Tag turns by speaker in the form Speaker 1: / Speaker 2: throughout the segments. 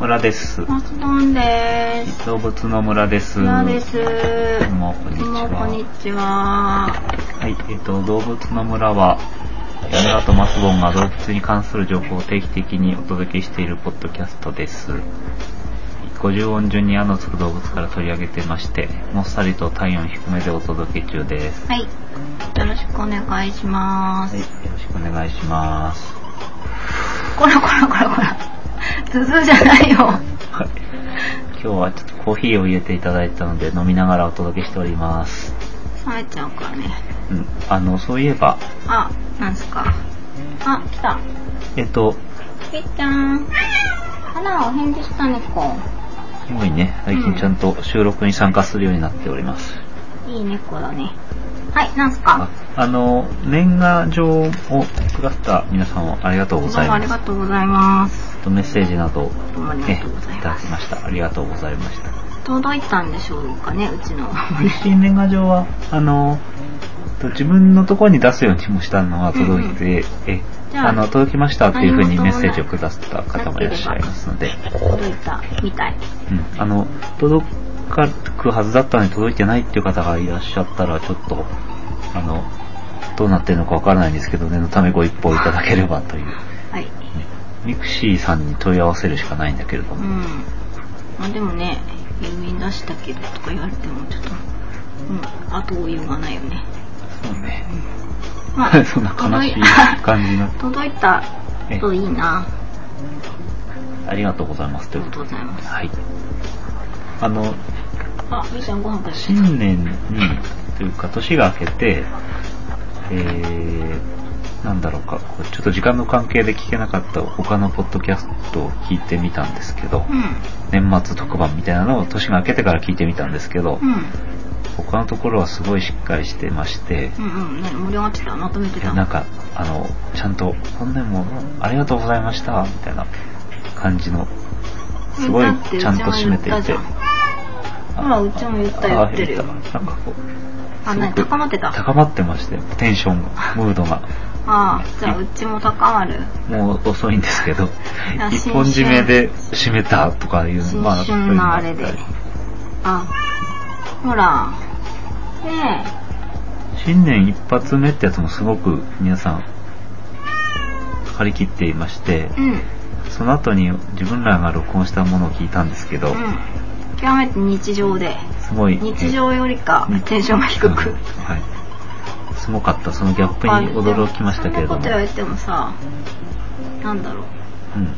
Speaker 1: 村です。
Speaker 2: マスボンです。
Speaker 1: 動物の村です。
Speaker 2: いやです。
Speaker 1: どうもこんにち
Speaker 2: どうもこんに
Speaker 1: は。
Speaker 2: ちは。
Speaker 1: はい、えっ、と動物の村はえー村とマスボンが動物に関する情報を定期的にお届けしているポッドキャストです。50音順にあのつく動物から取り上げてまして、もっさりと体温低めでお届け中です。
Speaker 2: はい。よろしくお願いしま
Speaker 1: はい、
Speaker 2: す。
Speaker 1: よろしくお願いします。
Speaker 2: こらこらこらこら。頭痛じゃないよ。
Speaker 1: はい。今日はちょっとコーヒーを入れていただいたので飲みながらお届けしております。
Speaker 2: 冴えちゃうからね。
Speaker 1: うん、あの、そういえば、
Speaker 2: あ、なんすか。あ、来た。
Speaker 1: えっと、
Speaker 2: ピーちゃん。あら、お返事した猫。
Speaker 1: すごいね、最近ちゃんと収録に参加するようになっております。
Speaker 2: いい猫だね。はい、なんす
Speaker 1: あ
Speaker 2: か。
Speaker 1: あの、年賀状をくださった皆さんをありがとう
Speaker 2: ど
Speaker 1: ご
Speaker 2: う
Speaker 1: ざい
Speaker 2: もあ
Speaker 1: ます。
Speaker 2: りがとうございます。
Speaker 1: とメッセージなど、
Speaker 2: どうもありが
Speaker 1: ね、
Speaker 2: とうござい
Speaker 1: いただ
Speaker 2: ま
Speaker 1: き
Speaker 2: す。
Speaker 1: ました。ありがとうございました。
Speaker 2: 届いたんでしょうかね、うちの。
Speaker 1: 嬉しい年賀状は、あの、と自分のところに出すようにもしたのは届いて、え、
Speaker 2: じゃあ
Speaker 1: あの、届きましたっていうふうにメッセージをくださった方もいらっしゃいますので、
Speaker 2: 届いたみたい。
Speaker 1: うん、あの、届くはずだったのに届いてないっていう方がいらっしゃったら、ちょっと、あの、どうなってるのかわからないんですけど、念のためご一報いただければという。
Speaker 2: はい。
Speaker 1: ミクシーさんに問い合わせるしかないんだけれど
Speaker 2: う
Speaker 1: も。
Speaker 2: ん。まあでもね、郵便出したけどとか言われてもちょっと、うん、後を言うがないよね。
Speaker 1: そうね。
Speaker 2: ま あ、
Speaker 1: そんな悲しい
Speaker 2: 届い
Speaker 1: 感じの。
Speaker 2: 届いた
Speaker 1: え
Speaker 2: といいな。
Speaker 1: ありがとうございます。
Speaker 2: あ
Speaker 1: と
Speaker 2: り
Speaker 1: いう
Speaker 2: が
Speaker 1: ことと
Speaker 2: うございま
Speaker 1: で。
Speaker 2: す。
Speaker 1: はい。あの、
Speaker 2: あ、みーちゃんご飯くれた。
Speaker 1: 新年に、というか、年が明けて、えー、なんだろうか、こうちょっと時間の関係で聞けなかった他のポッドキャストを聞いてみたんですけど、
Speaker 2: う
Speaker 1: 年末特番みたいなのを年が明けてから聞いてみたんですけど、
Speaker 2: ん。うん。
Speaker 1: 他のところはすごいしっかりしてまして、
Speaker 2: うんうん。ね、盛り上がってた。まとめて
Speaker 1: い
Speaker 2: た。
Speaker 1: やなんか、あの、ちゃんと、本年もありがとうございました、みたいな感じの、すごい
Speaker 2: だって
Speaker 1: ちゃんと締めてい
Speaker 2: だって
Speaker 1: て
Speaker 2: うちも言ったじゃん。ほらうちも言った言ってるよ
Speaker 1: あ言ったなんかこう、
Speaker 2: あ、
Speaker 1: す
Speaker 2: ね、
Speaker 1: ごく
Speaker 2: 高まってた。あ
Speaker 1: 高まってまして、テンションが、ムードが。
Speaker 2: あ、じゃあうちも高まる。
Speaker 1: もう遅いんですけど
Speaker 2: や、
Speaker 1: 一本締めで締めたとかいう、
Speaker 2: 新春のあれで
Speaker 1: そういうのもあっ。
Speaker 2: あ、ほら。ね
Speaker 1: たり新年一発目ってやつもすごく皆さん、張り切っていまして
Speaker 2: え。、うん。
Speaker 1: その後に自分らが録音したものを聞いたんですけど、
Speaker 2: うん、極めて日常で
Speaker 1: すごい。
Speaker 2: 日常よりか
Speaker 1: うん
Speaker 2: テンションが低
Speaker 1: うん
Speaker 2: く、
Speaker 1: はい。すごかった、そのギャップに驚きましたけれど
Speaker 2: そんなこと
Speaker 1: も。
Speaker 2: 言われてもさなんだろう
Speaker 1: うん。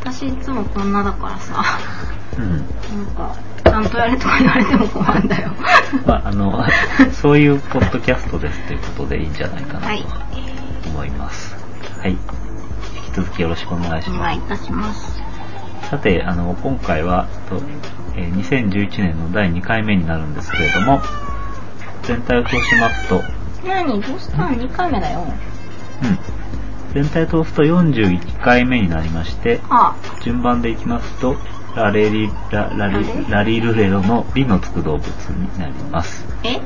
Speaker 2: 私いつもこんなだからさ
Speaker 1: うん。
Speaker 2: なんかちゃんとやれとか言われても困るんだよ
Speaker 1: まあ、あ の、そういうポッドキャストですということでいいんじゃないかな
Speaker 2: はい
Speaker 1: と思います。はい。引き続きよろしくお願いし
Speaker 2: お
Speaker 1: ます
Speaker 2: 願いい。たします
Speaker 1: さて、あの、今回は、とえー2011年の第2回目になるんですけれども、全体を通しますと、
Speaker 2: 何どうしたん2回目だよ
Speaker 1: うん。全体を通すと41回目になりまして、
Speaker 2: あ
Speaker 1: 順番でいきますと、ラレリ、ラ、ラリ、ラリルレロのリのつく動物になります。
Speaker 2: え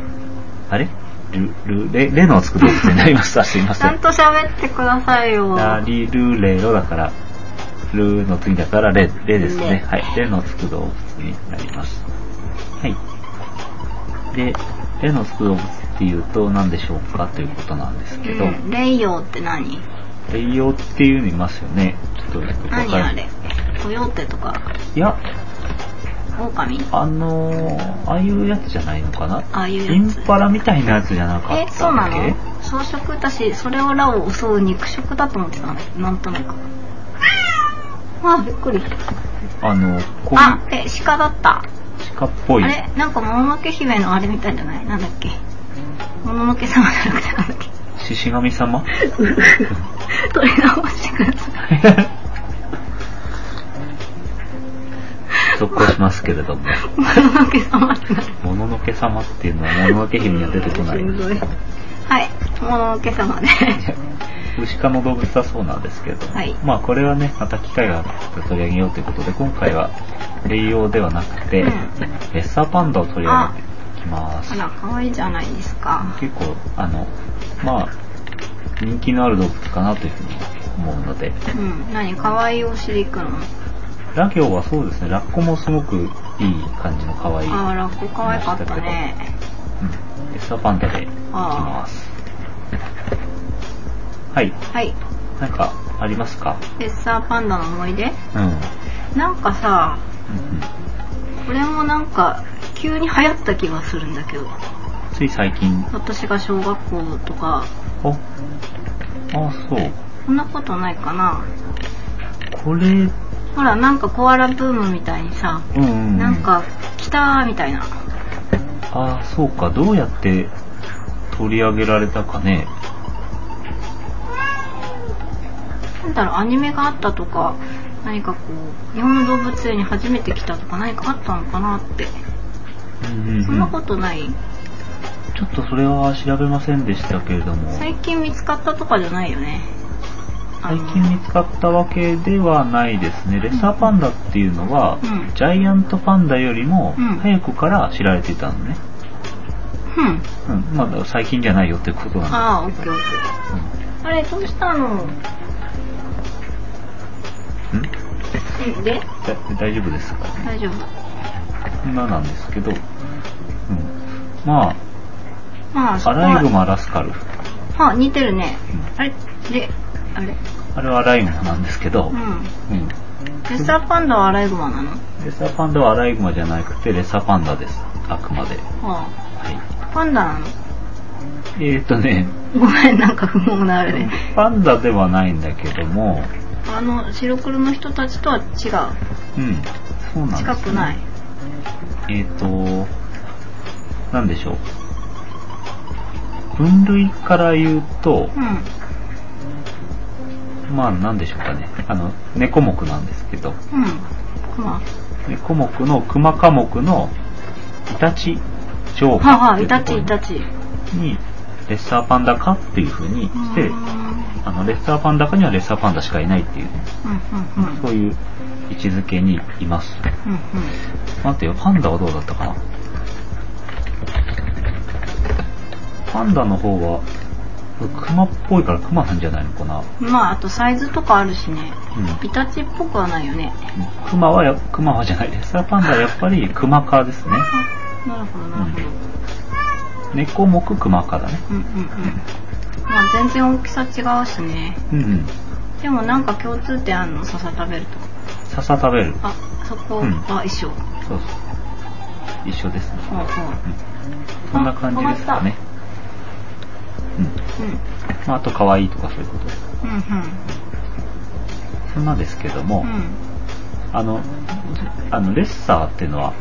Speaker 1: あれル、ル、レ、レのつく動物になります。あ、すいま
Speaker 2: ち
Speaker 1: せ
Speaker 2: ゃん
Speaker 1: ん。
Speaker 2: と喋ってくださいよ
Speaker 1: ラリルレロだから、ルの次だからレ、レです
Speaker 2: レ
Speaker 1: ね。はい。レのつく動物になります。はい。で、レのつく動物っていうと何でしょうかということなんですけど、
Speaker 2: うん、レイヨーって何
Speaker 1: 栄養っていうのいますよね。ちょっとよくわか
Speaker 2: 何
Speaker 1: らな
Speaker 2: あ
Speaker 1: い
Speaker 2: れコヨーテとか
Speaker 1: いや、
Speaker 2: オオカミ
Speaker 1: あのー、ああいうやつじゃないのかな
Speaker 2: ああいう
Speaker 1: イ
Speaker 2: や
Speaker 1: ン
Speaker 2: つ
Speaker 1: パラみたいなやつじゃなかっ
Speaker 2: え、そ
Speaker 1: た
Speaker 2: うな
Speaker 1: っけ
Speaker 2: の草食だし、それをらを襲う肉食だと思ってたんだけど、なんとなく。あ、びっくり。
Speaker 1: あの、こう
Speaker 2: あ
Speaker 1: い、
Speaker 2: え、鹿だっ
Speaker 1: う
Speaker 2: た。
Speaker 1: 鹿っぽい
Speaker 2: あ。れなんか、もののけ姫のあれみたいじゃないなんだっけもののけ様じゃなくてなんだっ け
Speaker 1: 獅子神様
Speaker 2: 取り直してください。
Speaker 1: 続行しますけれども。
Speaker 2: もののけ様ってなる。
Speaker 1: もののけ様っていうのはもののけ姫には出てこない。
Speaker 2: しん
Speaker 1: い
Speaker 2: どいはい、もののけ様で。
Speaker 1: や牛科の動物だそうなんですけれども、
Speaker 2: はい
Speaker 1: まあこれはね、また機会があったら取り上げようということで、今回は栄養ではなくて、
Speaker 2: うん
Speaker 1: レッサーパンダを取り上げていきます
Speaker 2: あ。ら、可愛いじゃないですか。
Speaker 1: 結構あのまあ人気のある動物かなというふうに思うので
Speaker 2: うん、何可愛いお尻くん。
Speaker 1: ラ行はそうですね、ラッコもすごくいい感じの可愛い。
Speaker 2: あー、ラッコ可愛かったね。
Speaker 1: うん。エスタパンダでいきます。はい。
Speaker 2: はい。
Speaker 1: なんか、ありますか
Speaker 2: レッサーパンダの思い出
Speaker 1: うん。うんうん
Speaker 2: なんかさ、これもなんか、急に流行った気がするんだけど。
Speaker 1: つい最近。
Speaker 2: 私が小学校とか、
Speaker 1: あ、あ、そう。
Speaker 2: そんなことないかな。
Speaker 1: これ、うん
Speaker 2: ほら、なんかコアラブームみたいにさ、
Speaker 1: うんうん。
Speaker 2: なんか、来たーみたいな。
Speaker 1: ああ、そうか。どうやって取り上げられたかね。
Speaker 2: なんだろう、アニメがあったとか、何かこう、日本の動物園に初めて来たとか、何かあったのかなって。
Speaker 1: うんうん、うん。
Speaker 2: そんなことない
Speaker 1: ちょっとそれは調べませんでしたけれども、
Speaker 2: 最近見つかったとかじゃないよね。あ
Speaker 1: 最
Speaker 2: の
Speaker 1: 近見つかったわけではないですね。レッサーパンダっていうのは、
Speaker 2: うん
Speaker 1: ジャイアントパンダよりも
Speaker 2: うん
Speaker 1: 早くから知られていたのね。
Speaker 2: う
Speaker 1: う
Speaker 2: ん。
Speaker 1: ん、まあ最近じゃないよってことなん
Speaker 2: ああ、オッケーオ
Speaker 1: で
Speaker 2: ッケー。
Speaker 1: す。
Speaker 2: あれ、どうしたの
Speaker 1: うん、うん
Speaker 2: んで
Speaker 1: だ大丈夫ですかね。
Speaker 2: 大丈夫。
Speaker 1: そんななんですけど、うん、ま
Speaker 2: まあ、
Speaker 1: あ、アライグ
Speaker 2: は。
Speaker 1: マラスカル。
Speaker 2: あ、似てるね。
Speaker 1: うん
Speaker 2: あれ、で、あれ
Speaker 1: あれはアライグマなんですけど
Speaker 2: う、
Speaker 1: う
Speaker 2: ん。
Speaker 1: ん、レ
Speaker 2: レッサーパンダはアライグマなのは
Speaker 1: ッサーパンダはアライグマじゃなくて、レッサーパンダです。あくまで。
Speaker 2: あ。
Speaker 1: はい。
Speaker 2: パンダなの
Speaker 1: えーっとね、
Speaker 2: ごめん、なんか不毛なあれで。
Speaker 1: パンダではないんだけども、
Speaker 2: あの、白黒の人たちとは違う。
Speaker 1: うん、そうなんです、ね。
Speaker 2: 近くない。。
Speaker 1: えっ、と、なんでしょう。分類から言うと
Speaker 2: う、ん。
Speaker 1: まあなんでしょうかね。あの、猫目なんですけど、
Speaker 2: うん。クマ。
Speaker 1: 猫目のクマ科目のイタチ上
Speaker 2: はあ、は
Speaker 1: 科っ
Speaker 2: あ、
Speaker 1: てい
Speaker 2: イ
Speaker 1: うと
Speaker 2: タ
Speaker 1: こ
Speaker 2: チ
Speaker 1: ろ
Speaker 2: イタチ。う
Speaker 1: に、レッサーパンダ科っていう風に
Speaker 2: ー
Speaker 1: し
Speaker 2: ん。
Speaker 1: て、あの、レッサーパンダ科にはレッサーパンダしかいないっていうね、
Speaker 2: うんうんうん。
Speaker 1: そういう位置づけにいます。
Speaker 2: うんうん。
Speaker 1: 待ってよ、パンダはどうだったかなパンダの方は、クマっぽいからクマなんじゃないのかな、うん、
Speaker 2: まあ、あとサイズとかあるしね。イタチっぽくはないよね。
Speaker 1: クマはや、クマはじゃないです。レッサーパンダはやっぱりクマ科ですね。
Speaker 2: あなるほど、なるほど。
Speaker 1: 猫目クマ科だね。
Speaker 2: うんうんうん。まあ、全然大きさ違うしね。
Speaker 1: うんうん。
Speaker 2: でもなんか共通点あるの笹食べるとか。
Speaker 1: 笹食べる。
Speaker 2: あ、そこ
Speaker 1: うん
Speaker 2: は一緒。ほ
Speaker 1: そうそう。一緒ですね。
Speaker 2: うほう。
Speaker 1: うん、そんな感じですかね。うん。
Speaker 2: うん。
Speaker 1: まあ、あと可愛いとかそういうこと。
Speaker 2: うん
Speaker 1: そんなですけども、
Speaker 2: うん。うん。
Speaker 1: あの、あの、レッサーっていうのは、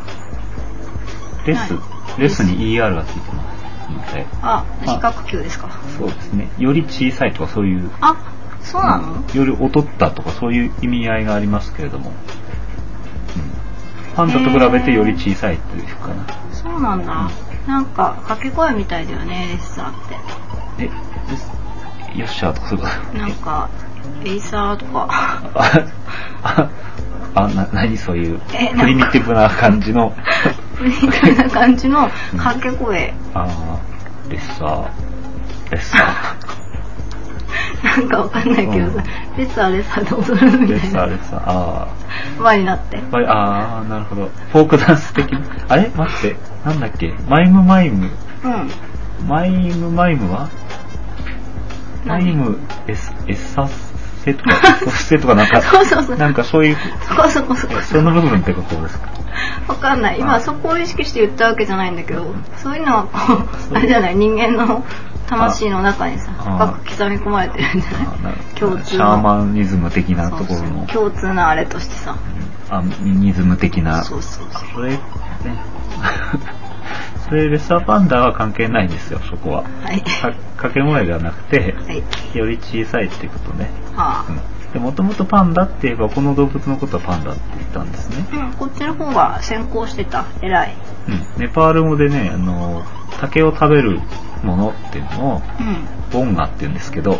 Speaker 1: レス、
Speaker 2: はい
Speaker 1: レスに ER がついてますので、
Speaker 2: あ、四角球ですか。
Speaker 1: そうですね、より小さいとかそういう、
Speaker 2: あ、そうなの
Speaker 1: より劣ったとかそういう意味合いがありますけれども、うん、パンダと比べてより小さいというかな。
Speaker 2: そうなんだ。なんか、掛け声みたいだよね、レッサーって。
Speaker 1: え、レスよっしゃーとかそういうこと
Speaker 2: なんか、エイサーとか。
Speaker 1: あ、あ、あな、何そういう、
Speaker 2: えなんか
Speaker 1: プリミティブな感じの、
Speaker 2: みたいな感じの掛け声。
Speaker 1: あーレッサー、レッサー。
Speaker 2: なんかわかんないけどさ、レッサーレッサーで踊るみ
Speaker 1: レ
Speaker 2: た
Speaker 1: ッ
Speaker 2: い
Speaker 1: サー、
Speaker 2: な。
Speaker 1: レッサー、ああ。
Speaker 2: 輪になって。
Speaker 1: まああー、なるほど。フォークダンス的な。あれ待って、なんだっけマイムマイム。
Speaker 2: うん。
Speaker 1: マイムマイムはマ
Speaker 2: 何
Speaker 1: イム、エス、エッサセ とか、ソフセとかなんか、
Speaker 2: そうそうそう
Speaker 1: なんかそういう、
Speaker 2: そこそこそこ
Speaker 1: え。その部分ってことですか
Speaker 2: わかんない。今そこを意識して言ったわけじゃないんだけど、そういうのはこう、あれじゃない、人間の魂の中にさ、
Speaker 1: あ
Speaker 2: 深く刻み込まれてるんじゃ
Speaker 1: あー
Speaker 2: な
Speaker 1: ないるほど
Speaker 2: 共通
Speaker 1: シャー
Speaker 2: の。
Speaker 1: マニズム的なところ
Speaker 2: そうそ
Speaker 1: の
Speaker 2: う、共通のあれとしてさ。
Speaker 1: アニズム的な。
Speaker 2: そうそうそう。
Speaker 1: それ、ね。 それ、レッサーパンダは関係ないんですよ、そこは。
Speaker 2: はい。
Speaker 1: か掛け声ではなくて、
Speaker 2: はい。
Speaker 1: より小さいっていうことね。
Speaker 2: は
Speaker 1: で、もともとパンダって言えば、この動物のことはパンダって言ったんですね。
Speaker 2: あ。うん、こっちの方が先行してた。偉い。
Speaker 1: うん。ネパール語でね、あの、竹を食べるものっていうのを、
Speaker 2: うん。
Speaker 1: ボンガって言うんですけど、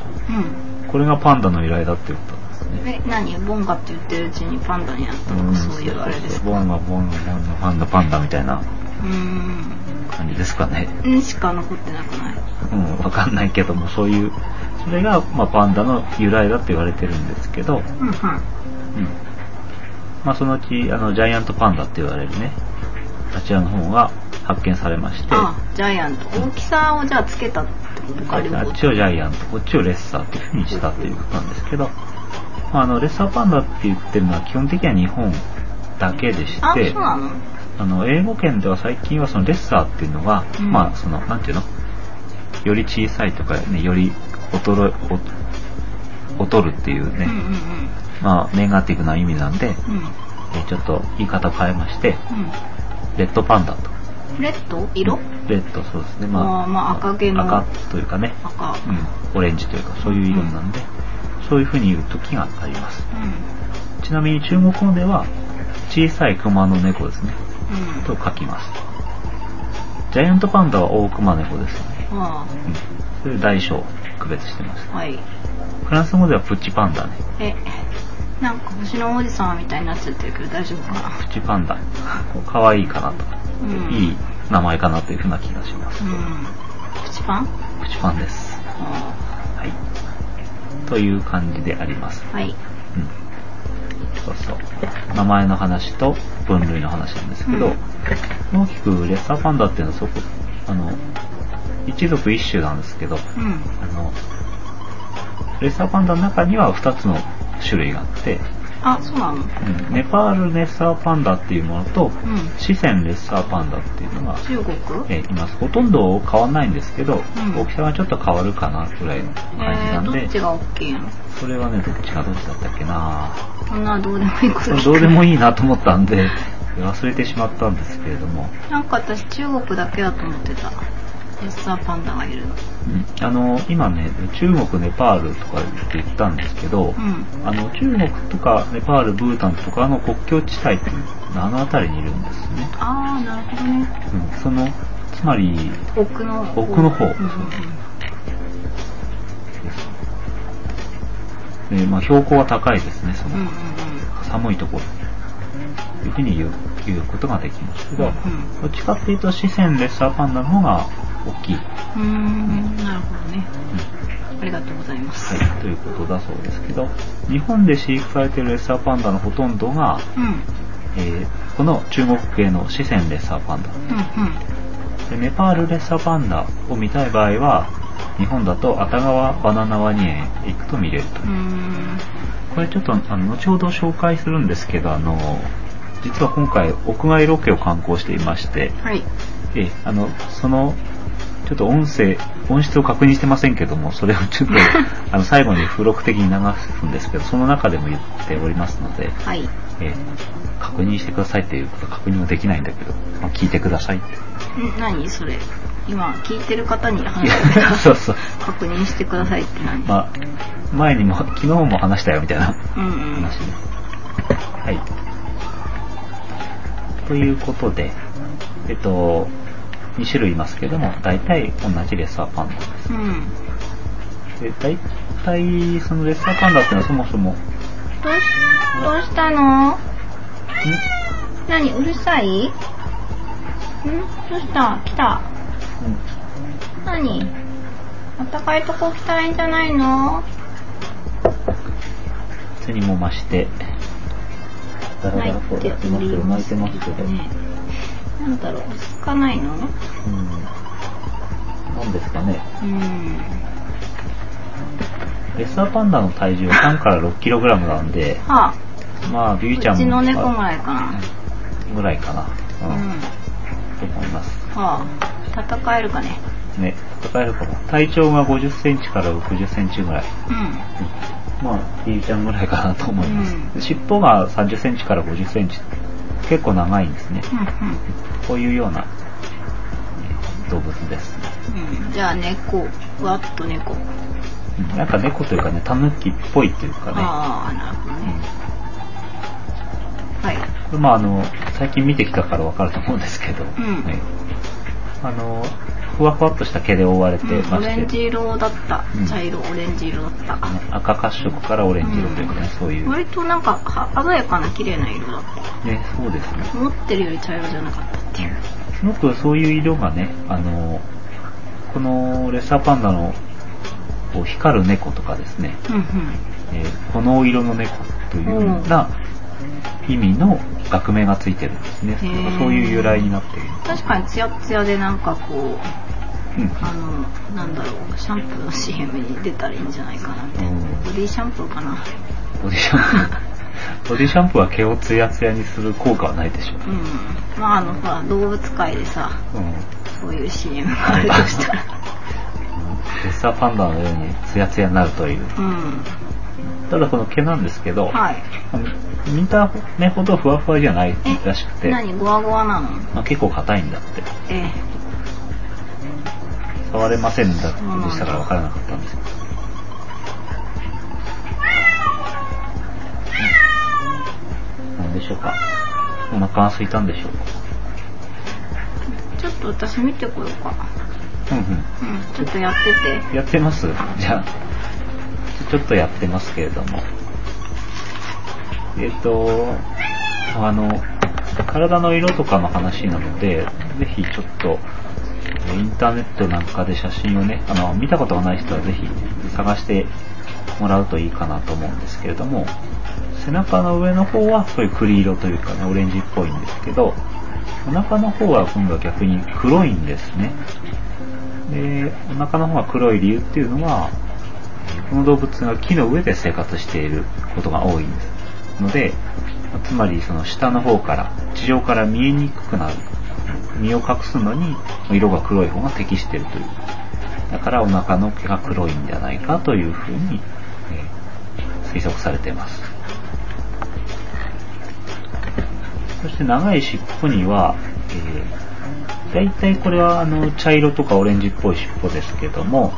Speaker 1: これがパンダの由来だっていうことなんです
Speaker 2: うん。
Speaker 1: ね。
Speaker 2: え、何ボンガって言ってるうちにパンダになったと
Speaker 1: う
Speaker 2: か、
Speaker 1: ん
Speaker 2: そういうあれですか
Speaker 1: ボンガ、ボンガ、ボンガ、パンダ、パンダみたいな
Speaker 2: うー
Speaker 1: 感じですかね。
Speaker 2: ん。んしか残ってなくない
Speaker 1: うん、わかんないけども、そういう、それが、まあ、パンダの由来だって言われてるんですけど、
Speaker 2: うん
Speaker 1: う
Speaker 2: うん。
Speaker 1: ん。まあ、そのうちあのジャイアントパンダって言われるねあちらの方が発見されまして
Speaker 2: あジャイアント大きさをじゃあつけたってこと
Speaker 1: あ
Speaker 2: か両
Speaker 1: っ
Speaker 2: 方
Speaker 1: ちをジャイアントこっちをレッサーっていうふうにしたっていうことなんですけど、まあ、あのレッサーパンダって言ってるのは基本的には日本だけでし
Speaker 2: あ
Speaker 1: て
Speaker 2: そうなの
Speaker 1: あの英語圏では最近はそのレッサーっていうのが、
Speaker 2: うん
Speaker 1: まあそのなんていうのより小さいとか、ね、より劣るお劣るっていうね、
Speaker 2: うんうんうん
Speaker 1: まあネガティブな意味なんで、
Speaker 2: うん
Speaker 1: えちょっと言い方変えましてレッドパンダと
Speaker 2: うんレッド色
Speaker 1: レッドそうですねまあ
Speaker 2: あーまあ赤毛の
Speaker 1: 赤というかね、
Speaker 2: 赤
Speaker 1: うん、オレンジというかそういう色なんで、そういうふうに言う時があります
Speaker 2: うん
Speaker 1: ちなみに中国語では小さい熊の猫ですね
Speaker 2: うん
Speaker 1: と書きますジャイアントパンダは大熊猫ですよね、
Speaker 2: あ
Speaker 1: うん、それで大小区別してます
Speaker 2: あはい
Speaker 1: フランス語ではプチパンダね
Speaker 2: えなんか星の王子様みたいになっちゃってるけど大丈夫かな
Speaker 1: プチパンダこう可愛いかなとか、
Speaker 2: うん
Speaker 1: いい名前かなというふうな気がします、
Speaker 2: うん口パン
Speaker 1: プチパンです
Speaker 2: あ
Speaker 1: はいという感じであります
Speaker 2: あはい
Speaker 1: うんそうそう。名前の話と分類の話なんですけど、大きくレッサーパンダっていうのはそこ、あの、一族一種なんですけど、
Speaker 2: うん
Speaker 1: あの、レッサーパンダの中には2つの種類があって、
Speaker 2: あそうなの
Speaker 1: うんネパールレッサーパンダっていうものと、
Speaker 2: うん
Speaker 1: 四川レッサーパンダっていうのが、
Speaker 2: 中国
Speaker 1: えーいます。ほとんど変わんないんですけど、
Speaker 2: うん
Speaker 1: 大きさはちょっと変わるかなぐらいの感じ
Speaker 2: え
Speaker 1: な
Speaker 2: ー、
Speaker 1: ん
Speaker 2: ど
Speaker 1: で、
Speaker 2: っちが大きいの
Speaker 1: それはね、どっちがどっちだったっけな
Speaker 2: そんなどうでもいいこと聞く
Speaker 1: どうでもいいなと思ったんで、忘れてしまったんですけれども、
Speaker 2: なんか私中国だけだと思ってたレッサーパンダがいるの
Speaker 1: うんあの、今ね、中国、ネパールとかって言ったんですけど、
Speaker 2: うん
Speaker 1: あの、中国とかネパール、ブータンとかの国境地帯っていうのあの辺りにいるんですね。
Speaker 2: ああなるほどね
Speaker 1: うん、その、つまり、
Speaker 2: 奥の方
Speaker 1: 奥の方
Speaker 2: うんうんうん
Speaker 1: えーまあ、標高は高いですね、その、
Speaker 2: うんうん
Speaker 1: 寒いところ。というふうに言う言うことができますけど、
Speaker 2: ん
Speaker 1: どっちかっていうと、四川レッサーパンダの方が大きい。
Speaker 2: うんうーんなるほどね
Speaker 1: うん
Speaker 2: ありがとうございます、
Speaker 1: はい、ということだそうですけど、日本で飼育されているレッサーパンダのほとんどが、
Speaker 2: うんうん
Speaker 1: えーこの中国系の四川レッサーパンダでネパールレッサーパンダを見たい場合は日本だと熱川バナナワニ園へ行くと見れると
Speaker 2: うんうーん
Speaker 1: これちょっとあの後ほど紹介するんですけどあの実は今回屋外ロケを観光していまして、
Speaker 2: はい
Speaker 1: えーあのそのちょっと音声音質を確認してませんけどもそれをちょっとあの最後に付録的に流すんですけどその中でも言っておりますので、
Speaker 2: はい
Speaker 1: えー確認してくださいっていうことは確認はできないんだけど、まあ、聞いてくださいって
Speaker 2: ん何それ今聞いてる方に話
Speaker 1: そうそう
Speaker 2: 確認してくださいって何、
Speaker 1: まあ前にも昨日も話したよみたいな
Speaker 2: うんうん
Speaker 1: 話ねはいということでえっと2種類いますけども大体同じレッサーパンダ
Speaker 2: うん
Speaker 1: で大体そのレッサーパンダってのはそもそもん
Speaker 2: どうしどうしたの何うるさいんどうした来た何あったかいとこ来たらいいんじゃないの
Speaker 1: 手にも増してだらだらと鳴いてますけど泣いてますけど、
Speaker 2: ねなんだろう落ち着かないの
Speaker 1: うんなんですかね
Speaker 2: うん
Speaker 1: レッサーパンダの体重は3から 6kg なんで
Speaker 2: はあ
Speaker 1: まあビューちゃ
Speaker 2: うんち
Speaker 1: も
Speaker 2: の猫ぐらいかな
Speaker 1: ぐらいかな、
Speaker 2: う
Speaker 1: うん
Speaker 2: ん
Speaker 1: と思います
Speaker 2: はあ戦えるかね
Speaker 1: ね戦えるかも体長が5 0ンチから6 0ンチぐらい、
Speaker 2: うん
Speaker 1: うんまあビューちゃんぐらいかなと思います、
Speaker 2: うん
Speaker 1: 尻尾が3 0ンチから5 0ンチ結構長いんですね
Speaker 2: う
Speaker 1: こういうようなえー動物ですね、
Speaker 2: んうんうんじゃあ猫わっと猫
Speaker 1: うんなんか猫というかねタヌキっぽいというかね
Speaker 2: ああなるほどねはい
Speaker 1: これまああの最近見てきたからわかると思うんですけど、
Speaker 2: ん
Speaker 1: ねあのふわふわっとした毛で覆われて
Speaker 2: うん
Speaker 1: ま
Speaker 2: オレ
Speaker 1: して、
Speaker 2: ンジ色だった
Speaker 1: うん
Speaker 2: 茶色、オレンジ色だった
Speaker 1: ね赤褐色からオレンジ色というかね、そういう、ね、
Speaker 2: 割となんかは鮮やかな綺麗な色だっ
Speaker 1: そうですね
Speaker 2: た思ってるより茶色じゃなかったっていう
Speaker 1: すごくそういう色がねあのこのレッサーパンダのこう光る猫とかですね、
Speaker 2: うん
Speaker 1: えー、この色の猫というような、意味の学名がついてるんですね
Speaker 2: へー
Speaker 1: そういう由来になっている
Speaker 2: 確かにツヤッツヤでなんかこう
Speaker 1: うん
Speaker 2: あのなんだろうシャンプーの CM に出たらいいんじゃないかなみたいな
Speaker 1: うん
Speaker 2: ボディシャンプーかな
Speaker 1: ボディシャンプ ーボディシャンプーは毛をツヤツヤにする効果はないでしょう、
Speaker 2: うんまああのほら動物界でさ
Speaker 1: うん、
Speaker 2: そういう CM があるとした
Speaker 1: レ
Speaker 2: ら
Speaker 1: ッサーパンダのようにツヤツヤになるという
Speaker 2: うん
Speaker 1: ただこの毛なんですけど、
Speaker 2: はい
Speaker 1: あの見た目ほどふわふわじゃないらしくて、
Speaker 2: 何ゴワゴワなの
Speaker 1: まあ、結構硬いんだって
Speaker 2: ええ
Speaker 1: 触れませんだ
Speaker 2: そうなんだ
Speaker 1: でしたから分からなかったんですけど何でしょうかお腹が空いたんでしょう
Speaker 2: ちょっと私見てこようか
Speaker 1: かうんうん
Speaker 2: うんちょっとやってて
Speaker 1: やってますじゃあ、ちょっとやってますけれども。えっ、と、あの、体の色とかの話なので、ぜひちょっと、えインターネットなんかで写真をね、あの、見たことがない人はぜひ探してもらうといいかなと思うんですけれども、背中の上の方はそういう栗色というかね、オレンジっぽいんですけど、お腹の方は今度は逆に黒いんですね。で、お腹の方が黒い理由っていうのは、この動物が木の上で生活していることが多いんです。ので、つまりその下の方から、地上から見えにくくなる。身を隠すのに色が黒い方が適しているという。だからお腹の毛が黒いんじゃないかというふうに、えー推測されています。そして長い尻尾には、えー大体これはあの茶色とかオレンジっぽい尻尾ですけども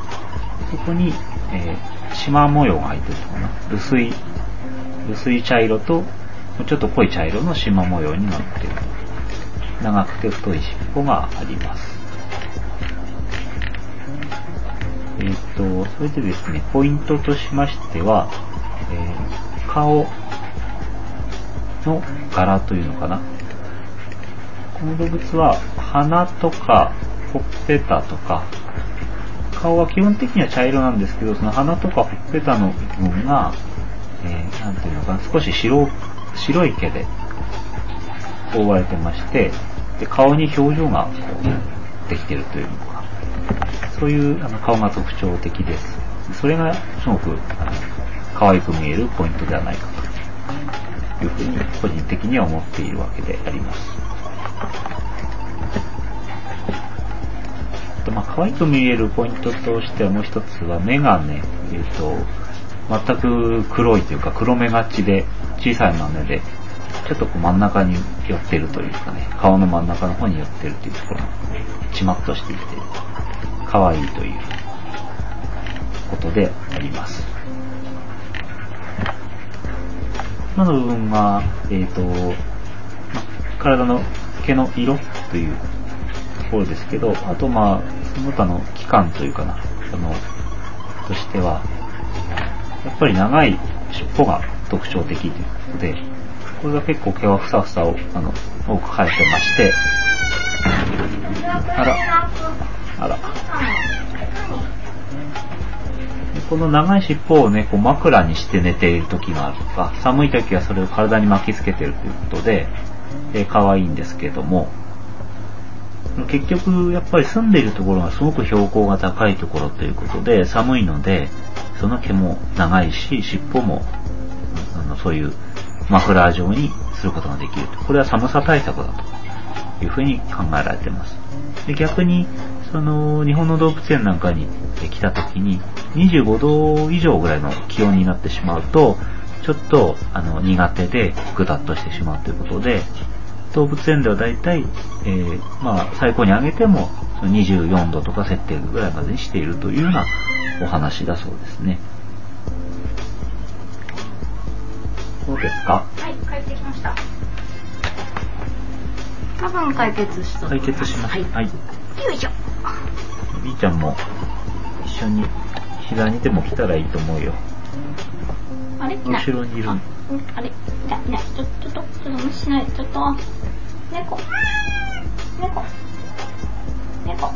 Speaker 1: そこに、えー、縞模様が入ってるのかな薄い薄い茶色とちょっと濃い茶色の縞模様になっている長くて太い尻尾がありますえーっ、とそれでですねポイントとしましては、えー顔の柄というのかなこの動物は鼻とかほっぺたとか顔は基本的には茶色なんですけどその鼻とかほっぺたの部分が、えーなんていうのかな少し白白い毛で覆われてましてで顔に表情がこうできてるというのかそういうあの顔が特徴的ですそれがすごくあの可愛く見えるポイントではないかというふうに個人的には思っているわけでありますあとまあ可愛く見えるポイントとしてはもう一つは目がね、えっと全く黒いというか黒目がちで小さい豆でちょっとこう真ん中に寄ってるというかね顔の真ん中の方に寄ってるというところちまっとしていて可愛いということであります今の部分が、えっとまあ体の毛の色というところですけど、あとまあ、その他の期間というかな、その、としては、やっぱり長い尻尾が特徴的ということで、これが結構毛はふさふさを、あの、多く生えてまして、あら、あら。でこの長い尻尾をね、こう枕にして寝ている時があるとか、寒い時はそれを体に巻きつけてるということで、えー可愛いんですけども、結局やっぱり住んでいるところがすごく標高が高いところということで寒いのでその毛も長いし尻尾もあのそういうマフラー状にすることができるとこれは寒さ対策だというふうに考えられていますで逆にその日本の動物園なんかにえ来た時に25度以上ぐらいの気温になってしまうとちょっとあの苦手でぐたっとしてしまうということで動物園では大体、えーまあ、最高に上げてもその24度とか設定ぐらいまでにしているというようなお話だそうですね。どうですか
Speaker 2: はい帰ってきました多分解決した
Speaker 1: 解決しま
Speaker 2: は
Speaker 1: し
Speaker 2: い、
Speaker 1: た。はい。
Speaker 2: よいしょ
Speaker 1: りーちゃんも一緒に膝にでも来たらいいと思うよ。
Speaker 2: あれいない
Speaker 1: 後ろにいる
Speaker 2: あうんあれいないいないちょちょっとちょっと無視しないちょっと猫猫猫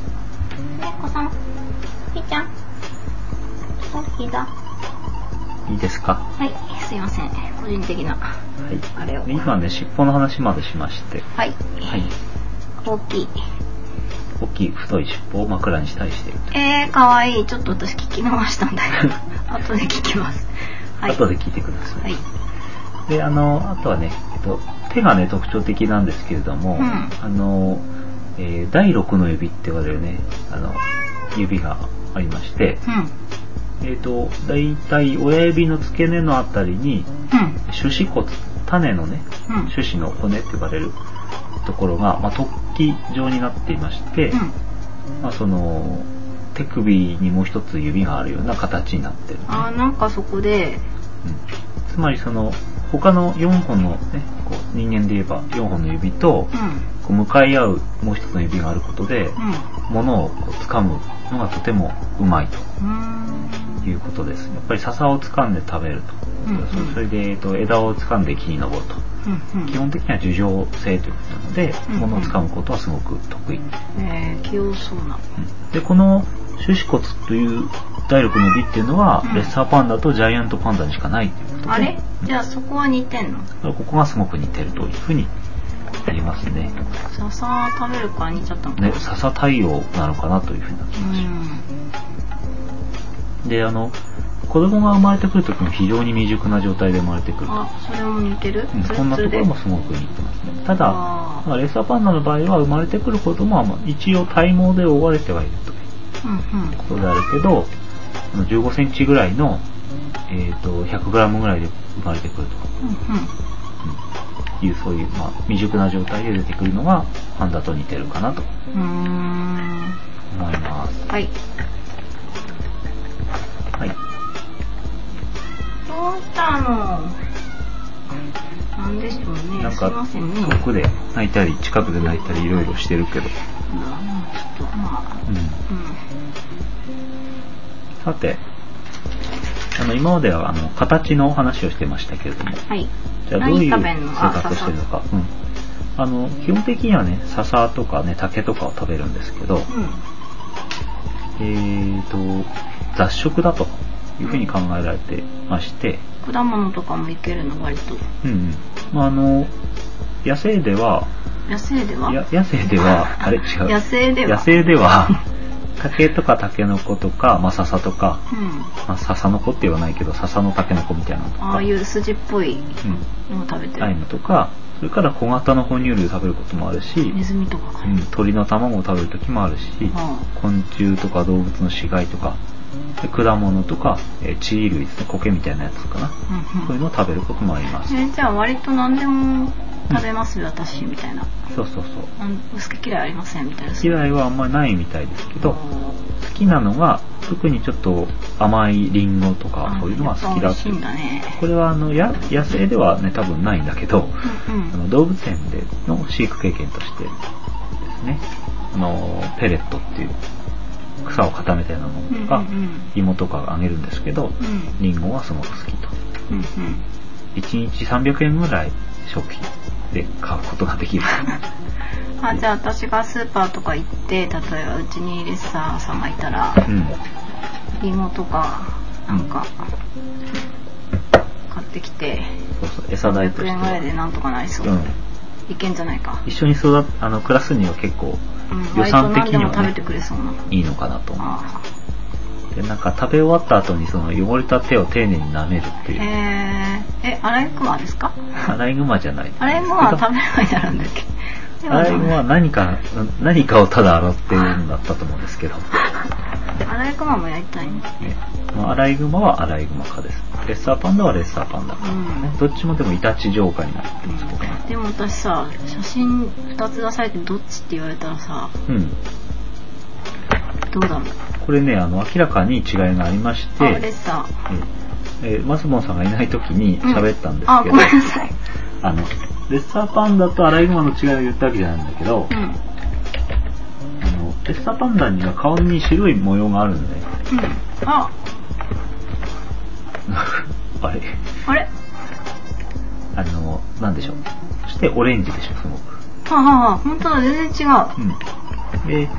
Speaker 2: 猫さんひーちゃんちょっと膝
Speaker 1: いいですか
Speaker 2: はい、すいません。こ個人的な、
Speaker 1: はい、
Speaker 2: あれを。
Speaker 1: 今ね、尻尾の話までしまして、
Speaker 2: はい。
Speaker 1: はい、
Speaker 2: 大きい。
Speaker 1: 大きい太い尻尾を枕にしたりしていると、
Speaker 2: えー、かわいい。ちょっと私聞き逃したんだ けど、後で聞きます。はい。
Speaker 1: 後で聞いてください。
Speaker 2: はい。
Speaker 1: で、あの、あとはね、えっと、手がね、特徴的なんですけれども、
Speaker 2: うん
Speaker 1: あの、えー第6の指って言われるね、あの、指がありまして、
Speaker 2: う
Speaker 1: えっ、と、だいたい親指の付け根のあたりに、
Speaker 2: ん。うん。
Speaker 1: 種子骨、種のね、
Speaker 2: うん。うん。
Speaker 1: 種子の骨って呼ばれるところが、まあ、突起状になっていまして、まあ、その、手首にもう一つ指があるような形になってる、ね。
Speaker 2: あー、なんかそこで、
Speaker 1: うんつまりその他の4本の、ね、こう人間で言えば4本の指と
Speaker 2: うん。
Speaker 1: こう向かい合うもう一つの指があることで
Speaker 2: うん。
Speaker 1: 物をこう掴むのがとてもうまいと
Speaker 2: うーん。
Speaker 1: いうことですやっぱり笹を掴んで食べると、
Speaker 2: うんうん
Speaker 1: それで、えっと、枝を掴んで木に登ると
Speaker 2: うん。うん
Speaker 1: 基本的には樹状性ということなので、
Speaker 2: うんうん
Speaker 1: 物を掴むことはすごく得意、
Speaker 2: えー、器用そうな。
Speaker 1: でこの種子骨という第六の指っていうのは、
Speaker 2: うん
Speaker 1: レッサーパンダとジャイアントパンダにしかないということで
Speaker 2: あれ
Speaker 1: うん
Speaker 2: じゃあそこは似てんの
Speaker 1: ここがすごく似てるというふうに言いますね。
Speaker 2: 笹食べるから似ちゃったのかな
Speaker 1: ね、笹対応なのかなというふうな
Speaker 2: う
Speaker 1: 気がしま
Speaker 2: ん。
Speaker 1: す。で、あの、子供が生まれてくるときも非常に未熟な状態で生まれてくると。
Speaker 2: あ、それも似てる
Speaker 1: うん
Speaker 2: ツル
Speaker 1: こんな
Speaker 2: ツ
Speaker 1: と
Speaker 2: ル
Speaker 1: こ
Speaker 2: で
Speaker 1: ろもすごく似てますね。ただ、
Speaker 2: あー
Speaker 1: まあレッサーパンダの場合は生まれてくる子供はまあ一応体毛で覆われてはいるという
Speaker 2: うんうん。
Speaker 1: ことであるけど、あの15センチぐらいの、えっ、と、100グラムぐらいで生まれてくると。
Speaker 2: うんうん。
Speaker 1: いうそういう、まあ、未熟な状態で出てくるのがパンダと似てるかなと
Speaker 2: うーん
Speaker 1: 思います。
Speaker 2: はい。
Speaker 1: はい。
Speaker 2: どうしたのなんでしょうね。
Speaker 1: なん
Speaker 2: すいま
Speaker 1: か
Speaker 2: せんね。、
Speaker 1: 遠くで泣いたり、近くで泣いたり、いろいろしてるけど。
Speaker 2: うんちょっと、まあ、
Speaker 1: うん。
Speaker 2: うん。
Speaker 1: さて、あの、今までは、あの、形のお話をしてましたけれども、
Speaker 2: はい。
Speaker 1: じゃあどういう
Speaker 2: 何食べ
Speaker 1: 生
Speaker 2: んの
Speaker 1: 活をしてるのか。うん。あの、基本的にはね、笹とかね、竹とかを食べるんですけど、
Speaker 2: う
Speaker 1: えーと、雑食だというふうに考えられてまして、
Speaker 2: ん。果物とかもいけるの、割と。
Speaker 1: うんうん。まあ、あの、野生では、
Speaker 2: 野生ではい
Speaker 1: や野生では、あれ違う。
Speaker 2: 野生では
Speaker 1: 野生では、竹とか竹の子とか、まあ、笹とか、
Speaker 2: うん。
Speaker 1: まあ、笹の子って言わないけど、笹の竹の子みたいなのとか、
Speaker 2: ああいう筋っぽい
Speaker 1: うん、
Speaker 2: のを食べて
Speaker 1: ああいう
Speaker 2: る。
Speaker 1: のとか、それから小型の哺乳類を食べることもあるし、
Speaker 2: ネズミとかか
Speaker 1: う
Speaker 2: な。
Speaker 1: ん、鳥の卵を食べる時もあるし、
Speaker 2: あ
Speaker 1: 昆虫とか動物の死骸とか、で果物とか、えー、地衣類ですね、苔みたいなやつかな。
Speaker 2: うん
Speaker 1: そううい
Speaker 2: ん
Speaker 1: うのを食べることもあります。
Speaker 2: えじゃあ割と何でも食べますよ、私、みたいな。
Speaker 1: そうそうそう。
Speaker 2: なん好き嫌いありません、みたいな。
Speaker 1: 嫌いはあんまりないみたいですけ
Speaker 2: あ
Speaker 1: ど、好
Speaker 2: ー
Speaker 1: きなのが、特にちょっと甘いリンゴとか
Speaker 2: あ、
Speaker 1: そういうのが好きだ
Speaker 2: やっぱ美味
Speaker 1: っ
Speaker 2: していんだね。
Speaker 1: これはあのや野生ではね多分ないんだけど、
Speaker 2: うん
Speaker 1: あの動物園での飼育経験としてですねあのペレットっていう草を固めたようなものとか、
Speaker 2: うんうん
Speaker 1: 芋とかあげるんですけど
Speaker 2: うん。うん
Speaker 1: リンゴはすごく好きと
Speaker 2: うん
Speaker 1: 1日300円ぐらい食費で買うことがで きる
Speaker 2: うん。あ、じゃあ私がスーパーとか行って、例えばうちにレッサーさんがいたら、
Speaker 1: うん
Speaker 2: リンゴとか、なんか、買ってきて、
Speaker 1: そうそう餌代とし
Speaker 2: 100
Speaker 1: て
Speaker 2: 円ぐらいで
Speaker 1: は
Speaker 2: なんとかなりそう。
Speaker 1: うん
Speaker 2: いけんじゃないか。
Speaker 1: 一緒に育っあの暮らすには結構
Speaker 2: うん、
Speaker 1: 予
Speaker 2: 割と
Speaker 1: 算的
Speaker 2: 何で
Speaker 1: に
Speaker 2: も
Speaker 1: は
Speaker 2: 食べ
Speaker 1: ね
Speaker 2: てくれそうな。
Speaker 1: いいのかなと思う
Speaker 2: あ
Speaker 1: でなんか食べ終わった後にその汚れた手を丁寧に舐めるって
Speaker 2: あ。
Speaker 1: いう
Speaker 2: えー、え、アライグマですか
Speaker 1: アライグマじゃない。
Speaker 2: アライグマは食べないだろうんだっけ
Speaker 1: アライグマは何か、何かをただ洗っているんだったと思うんです けど。ね
Speaker 2: アライグマもやりたいね。
Speaker 1: まあアライグマはアライグマ科です。レッサーパンダはレッサーパンダ科、ね
Speaker 2: うん
Speaker 1: どっちもでもイタチ浄化になる。
Speaker 2: うんでも私さ写真2つ出されてどっちって言われたらさ
Speaker 1: うん。
Speaker 2: どうだろう
Speaker 1: これね、あの、明らかに違いがありまし
Speaker 2: あレッ
Speaker 1: て、
Speaker 2: サー
Speaker 1: えーマスボンさんがいない時に喋ったんです
Speaker 2: あ
Speaker 1: け
Speaker 2: ご
Speaker 1: ど、
Speaker 2: めんなさい
Speaker 1: あの、レッサーパンダとアライグマの違いを言ったわけじゃないんだけど、
Speaker 2: うん
Speaker 1: あのレッサーパンダには顔に白い模様がある んで、
Speaker 2: うんあ
Speaker 1: あれ
Speaker 2: あれは
Speaker 1: あの、なんでしょう。そしてオレンジでしょ、すごく。
Speaker 2: あはあはあ本当だ全然違う
Speaker 1: うん。で、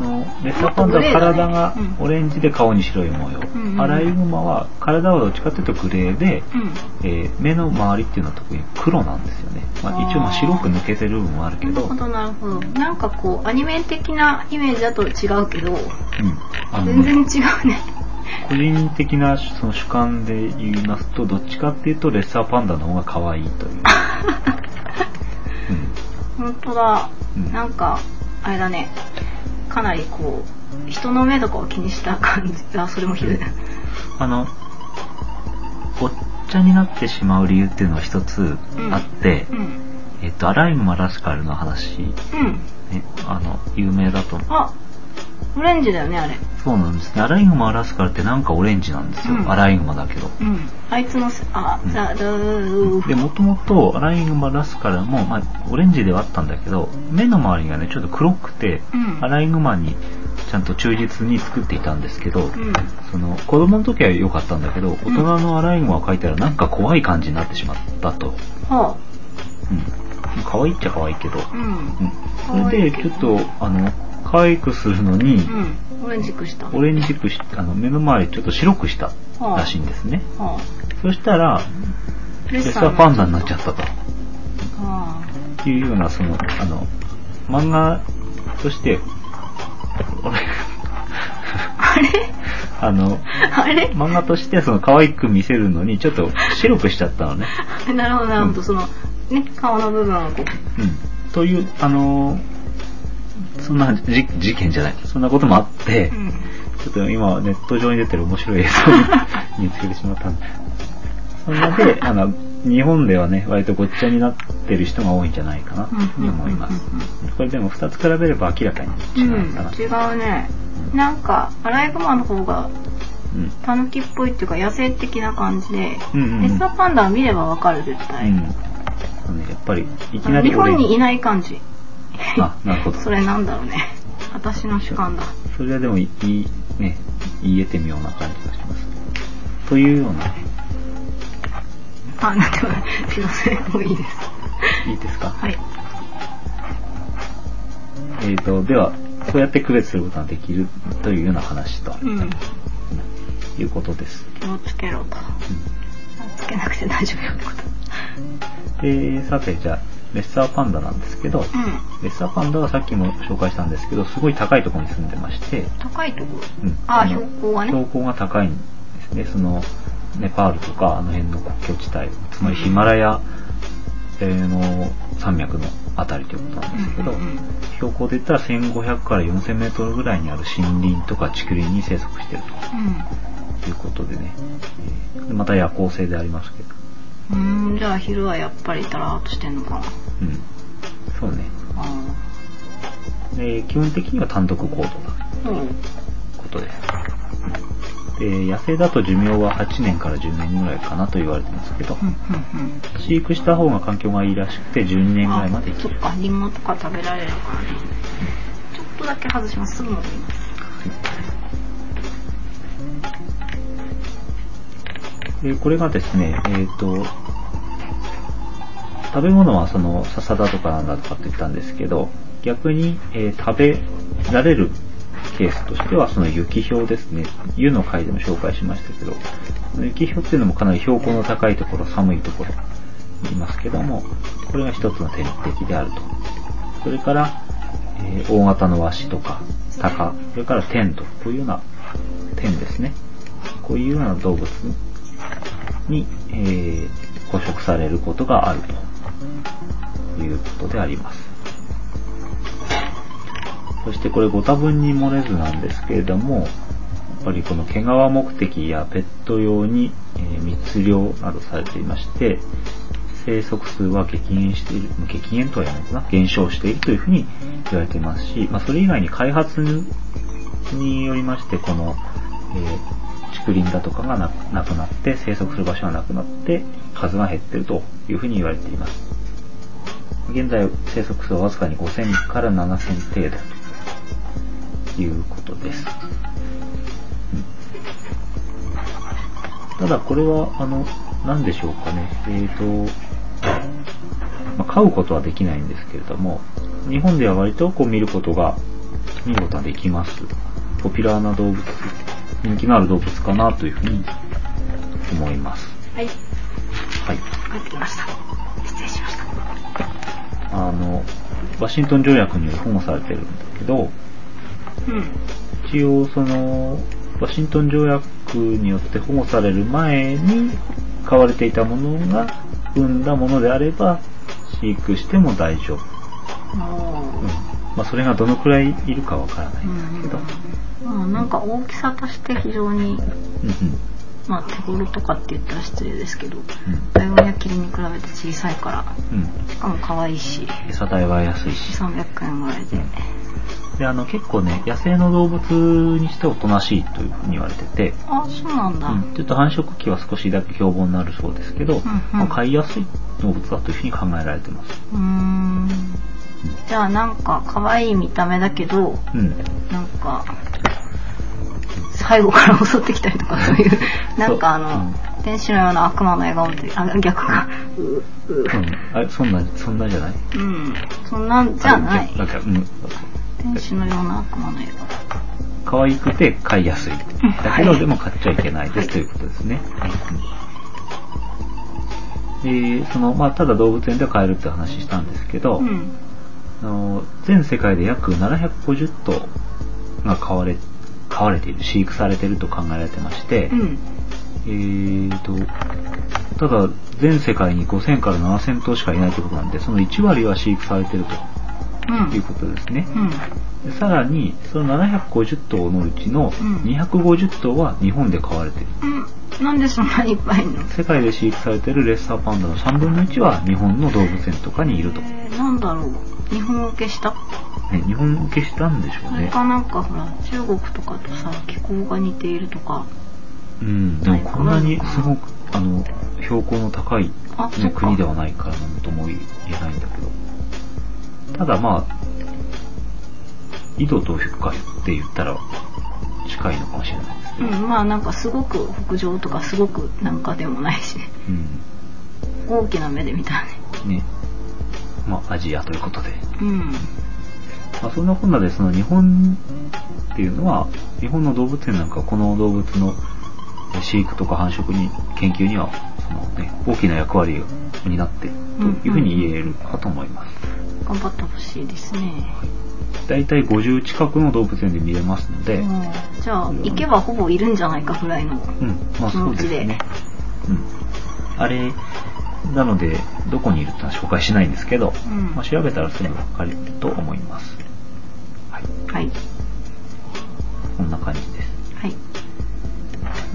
Speaker 1: のレッサーパンダは体がオレンジで顔に白い模様、
Speaker 2: うんうん
Speaker 1: アライグマは体はどっちかというとグレーで、
Speaker 2: うん
Speaker 1: えー目の周りっていうのは特に黒なんですよね、まあ、一応まあ
Speaker 2: あー
Speaker 1: 白く抜けてる部分もあるけ
Speaker 2: な
Speaker 1: ど、
Speaker 2: る
Speaker 1: う
Speaker 2: ほ
Speaker 1: ん、
Speaker 2: どなるほどなんかこうアニメ的なイメージだと違うけど
Speaker 1: あの
Speaker 2: 全然違
Speaker 1: ね
Speaker 2: うね
Speaker 1: 個人的なその主観で言いますとどっちかっていうとレッサーパンダの方が可愛い という、うん
Speaker 2: 本当だ、
Speaker 1: うん
Speaker 2: なんかあれだねかなりこう人の目とかを気にした感じあそれもひどい
Speaker 1: あの、おっちゃになってしまう理由っていうのは一つあって、
Speaker 2: うん
Speaker 1: えっと、アライグマラシカルの話、ね、
Speaker 2: うん
Speaker 1: あの、有名だと。
Speaker 2: あオレンジだよねあれ
Speaker 1: そうなんですね。アライグマラシカルってなんかオレンジなんですよ。
Speaker 2: うん
Speaker 1: アライグマだけど。
Speaker 2: うんあいつのせあ
Speaker 1: うん
Speaker 2: じゃあだう
Speaker 1: で、もともとアライグマラシカルも、まあ、オレンジではあったんだけど、目の周りがね、ちょっと黒くて、
Speaker 2: うん
Speaker 1: アライグマにちゃんと忠実に作っていたんですけど、
Speaker 2: うん
Speaker 1: その子供の時は良かったんだけど、大人のアライグマを描いたらなんか怖い感じになってしまったと。
Speaker 2: ほ
Speaker 1: うん。可愛いっちゃ可愛いけど。
Speaker 2: ううん
Speaker 1: うん。それで、ちょっと、あの、可愛くするのに、
Speaker 2: うんオレンジくした
Speaker 1: オレンジくし、あの、目の周りちょっと白くした
Speaker 2: はあ
Speaker 1: らしいんですね。
Speaker 2: ほ
Speaker 1: そしたら、
Speaker 2: う
Speaker 1: レッサーパンダになっちゃ
Speaker 2: た
Speaker 1: ったと
Speaker 2: あ
Speaker 1: いうような、その、あの、漫画として、 あれ
Speaker 2: あれ
Speaker 1: あの、
Speaker 2: あれ
Speaker 1: 漫画としてその可愛く見せるのにちょっと白くしちゃったのね。
Speaker 2: なるほどなるほど、
Speaker 1: うん
Speaker 2: そのね顔の部分をこう
Speaker 1: うん。という、あのそんなじ事件じゃない。そんなこともあって、
Speaker 2: うん
Speaker 1: ちょっと今ネット上に出てる面白い映像を見つけてしまったんで。そんな で、あの、日本ではね、割とごっちゃになってる人が多いんじゃないかなというふうに思います
Speaker 2: うんうん。
Speaker 1: これでも2つ比べれば明らかに違うかな。
Speaker 2: 違うねなんかアライグマの方が
Speaker 1: うん。
Speaker 2: タヌキっぽいっていうか野生的な感じで、
Speaker 1: うんうんうん
Speaker 2: レッサーパンダは見ればわかる絶対、
Speaker 1: うん。あのねやっぱり、いき
Speaker 2: あ
Speaker 1: な
Speaker 2: の
Speaker 1: り
Speaker 2: 日本にい
Speaker 1: い。
Speaker 2: ない感じ
Speaker 1: あ、なるほど。
Speaker 2: それなんだろうね私の主観だ
Speaker 1: それはでもいい、ね、言えてみような感じがします。というような、
Speaker 2: あなんでもないすいませんもういいです
Speaker 1: いいですか
Speaker 2: はい
Speaker 1: えー、と、では、そうやって区別することができるというような話と
Speaker 2: うん
Speaker 1: いうことです。
Speaker 2: 気をつけろとつけなくて大丈夫よってこと
Speaker 1: で、さて、じゃあ、レッサーパンダなんですけど、
Speaker 2: うん
Speaker 1: レッサーパンダはさっきも紹介したんですけど、すごい高いところに住んでまして、
Speaker 2: 高いところ
Speaker 1: うん
Speaker 2: あ
Speaker 1: の
Speaker 2: 標高がね
Speaker 1: 標高が高いんですね。その、ネパールとか、あの辺の国境地帯、つまりヒマラヤえーの山脈のあたりということなんですけど、
Speaker 2: うんうんうん
Speaker 1: 標高で言ったら1500から4000メートルぐらいにある森林とか竹林に生息していると。ということでね、えーまた夜行性でありますけど、
Speaker 2: うんうんじゃあ昼はやっぱりだらーっとしてんのかな
Speaker 1: うん、そうね、
Speaker 2: あ
Speaker 1: で基本的には単独行動な
Speaker 2: ーうん
Speaker 1: ことです。で野生だと寿命は8年から10年ぐらいかなと言われてますけど、
Speaker 2: うんうんうん
Speaker 1: 飼育した方が環境がいいらしくて12年ぐらいまで
Speaker 2: あ
Speaker 1: 生
Speaker 2: そ
Speaker 1: き
Speaker 2: っ
Speaker 1: る。
Speaker 2: かリンゴとか食べられるからねちょっとだけ外しますすぐ戻ります
Speaker 1: でこれがですね、えっ、と、食べ物はその笹だとかなんだとかって言ったんですけど、逆に、えー食べられるケースとしてはその雪氷ですね。湯の回でも紹介しましたけど、この雪氷っていうのもかなり標高の高いところ、寒いところにいますけども、これが一つの天敵であると。それから、えー大型のワシとか、タカ、それからテント、こういうようなテンですね。こういうような動物に、えー捕食されることがあるということであります。そしてこれご多分に漏れずなんですけれども、やっぱりこの毛皮目的やペット用に、えー密漁などされていまして、生息数は激減している、激減とは言わないかな、減少しているというふうに言われていますし、まあ、それ以外に開発によりまして、この、えー竹林だとかがななくなって、生息する場所がなくなって、数が減っているというふうに言われています。現在、生息数はわずかに5000から7000程度ということです。ただこれは、あの、何でしょうかね。えーと、まあ、飼うことはできないんですけれども、日本では割とこう見ることが見ることができます。ポピュラーな動物、人気のある動物かなというふうに思います。
Speaker 2: はい。
Speaker 1: はい。
Speaker 2: 帰ってきました。失礼しました。
Speaker 1: あの、ワシントン条約により保護されてるんだけど、
Speaker 2: うん。
Speaker 1: 一応その、ワシントン条約によって保護される前に飼われていたものが産んだものであれば、飼育しても大丈夫。
Speaker 2: お
Speaker 1: うんまあ、それがどのくらいいるかわからないんだけど、
Speaker 2: まあ、なんか大きさとして非常に、
Speaker 1: うんうん
Speaker 2: まあ、手頃とかって言ったら失礼ですけど、
Speaker 1: うん
Speaker 2: ライオンやキリンに比べて小さいから、
Speaker 1: うん、
Speaker 2: しかも可愛いし、
Speaker 1: 餌代は安いし。
Speaker 2: 300円ぐらいで。
Speaker 1: で、あの、結構ね、野生の動物にしておとなしいというふうに言われてて、
Speaker 2: あ、そうなんだ。
Speaker 1: うんちょっと繁殖期は少しだけ凶暴になるそうですけど、まあ飼いやすい動物だというふうに考えられてます。
Speaker 2: うーん。じゃあなんか可愛い見た目だけど、
Speaker 1: うん。
Speaker 2: なんか、背後から襲ってきたりとかそういう、なんかあの、天使のような悪魔の笑顔って、あ、逆か。う、う、
Speaker 1: うん。あれ、そんな、そんなじゃない
Speaker 2: うん。そんなんじゃない
Speaker 1: あ。なんか、うん。
Speaker 2: 天使のような悪魔の笑顔。
Speaker 1: 可愛くて飼いやすい。だけ
Speaker 2: は
Speaker 1: ど、
Speaker 2: い
Speaker 1: でも飼っちゃいけないですということですね。うんで、その、まあ、ただ動物園では飼えるって話したんですけど、
Speaker 2: うん。
Speaker 1: あの全世界で約750頭が飼われ飼われている飼育されていると考えられてまして、
Speaker 2: うん。
Speaker 1: えーとただ全世界に5000から7000頭しかいないということなんでその1割は飼育されている
Speaker 2: う。
Speaker 1: というんことですね、
Speaker 2: うん。
Speaker 1: でさらにその750頭のうちの
Speaker 2: うん
Speaker 1: 250頭は日本で飼われている
Speaker 2: うん。なんでそんなにいっぱいいんの
Speaker 1: 世界で飼育されているレッサーパンダの3分の1は日本の動物園とかにいると、ね、
Speaker 2: えー、なんだろう。日本受けした
Speaker 1: 日本受けしたんでしょ
Speaker 2: そうれ
Speaker 1: ね
Speaker 2: かなんかほら、中国とかとさ、気候が似ているとか。
Speaker 1: うん、でもこんなにすごく、あの、標高の高い、ね
Speaker 2: あ、そっか。
Speaker 1: 国ではないから、なんとも言えないんだけど。ただまあ、緯度と北海って言ったら、近いのかもしれないですけ
Speaker 2: う
Speaker 1: ど。
Speaker 2: ん、まあなんかすごく北上とかすごくなんかでもないし、
Speaker 1: うん。
Speaker 2: 大きな目で見たね。
Speaker 1: ね。まあ、アジアということで。
Speaker 2: うん。
Speaker 1: まあ、そんなこんなで、その日本っていうのは、日本の動物園なんかはこの動物の飼育とか繁殖に、研究には、そのね、大きな役割を担っているというふうに言えるかと思います。
Speaker 2: 頑張ってほしいですね。
Speaker 1: 大体50近くの動物園で見れますので、
Speaker 2: うんじゃあ、行けばほぼいるんじゃないかぐらいの。
Speaker 1: うん、まあ
Speaker 2: 気
Speaker 1: そう
Speaker 2: 持
Speaker 1: で
Speaker 2: ち
Speaker 1: す
Speaker 2: で
Speaker 1: ね。うん。あれ、なので、どこにいるってのは紹介しないんですけど、
Speaker 2: うん
Speaker 1: まあ調べたらすぐわかると思います。はい。
Speaker 2: はい。
Speaker 1: こんな感じです。
Speaker 2: はい。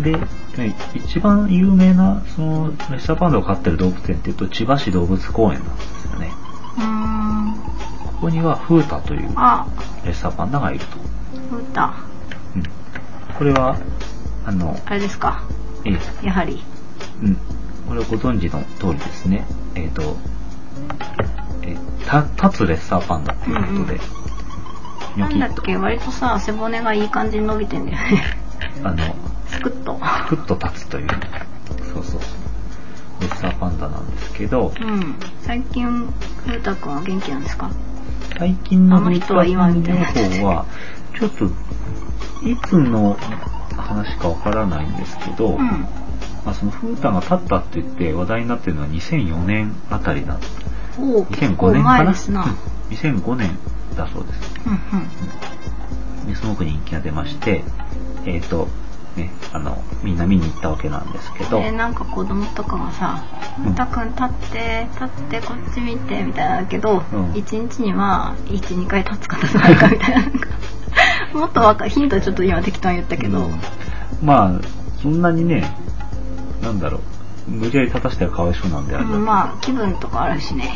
Speaker 1: で、ね一番有名な、その、レッサーパンダを飼ってる動物園っていうと、千葉市動物公園なんですよね。
Speaker 2: うーん。
Speaker 1: ここには、フータという
Speaker 2: あ、
Speaker 1: レッサーパンダがいると。
Speaker 2: 歌。
Speaker 1: うん。これは、あの、
Speaker 2: あれですか。
Speaker 1: ええ
Speaker 2: やはり。
Speaker 1: うん。これはご存知の通りですね。えっ、と、えた、立つレッサーパンダということで、ニョ
Speaker 2: なん
Speaker 1: キ
Speaker 2: だ
Speaker 1: ッ
Speaker 2: っ
Speaker 1: と、
Speaker 2: け、割とさ、背骨がいい感じに伸びてんだよね。
Speaker 1: あの、
Speaker 2: スクッと。
Speaker 1: サクッと立つという、そうそうそう、レッサーパンダなんですけど、
Speaker 2: うん。最近、ふうたくんは元気なんですか
Speaker 1: 最近の
Speaker 2: あの人は今みたいになっちゃって
Speaker 1: 方は、ちょっと、いつの話かわからないんですけど、
Speaker 2: うん。
Speaker 1: まあ、そのフータが立ったって言って話題になってるのは2004年あたりだ。
Speaker 2: おお、結
Speaker 1: 2005
Speaker 2: 構
Speaker 1: 年か
Speaker 2: 前
Speaker 1: な
Speaker 2: ですな。
Speaker 1: うん2005年だそうです。
Speaker 2: うん
Speaker 1: ですごく人気が出まして、えっ、と、ね、あの、みんな見に行ったわけなんですけ
Speaker 2: う
Speaker 1: ど、
Speaker 2: ん。で、なんか子供とかがさ、
Speaker 1: うん
Speaker 2: ふうたくん立って、立って、こっち見て、みたいなんだけど
Speaker 1: うん、
Speaker 2: 一、日にまあ、一、二回立つか立たないかみた いな。なんかもっとわかヒントちょっと今適当に言ったけど、
Speaker 1: うんまあ、そんなにね、なんだろう、無理やり立たせたらかわいそうなんであれだけど、
Speaker 2: うんまあ、気分とかあるしね。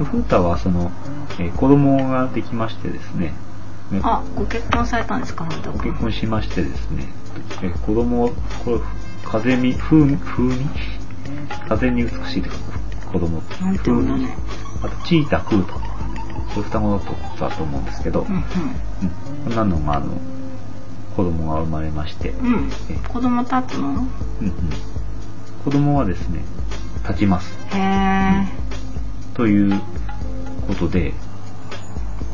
Speaker 1: うん。ふうたは、その、えー子供ができましてですね、ね
Speaker 2: あ、ご結婚されたんですか、ふうた
Speaker 1: ご
Speaker 2: くん。
Speaker 1: 結婚しましてですね、えー子供、これ、風見、風味、風味風に美しいって書く、子供。
Speaker 2: なんていうんだね。
Speaker 1: あと、チータ、クータとかね、これ双子だとだと思うんですけど、
Speaker 2: うん
Speaker 1: うんこんなのが、あの、子供が生まれまして、
Speaker 2: うん。うん。子供立つの
Speaker 1: うんうん子供はですね、立ちます。
Speaker 2: へえ。
Speaker 1: ということで、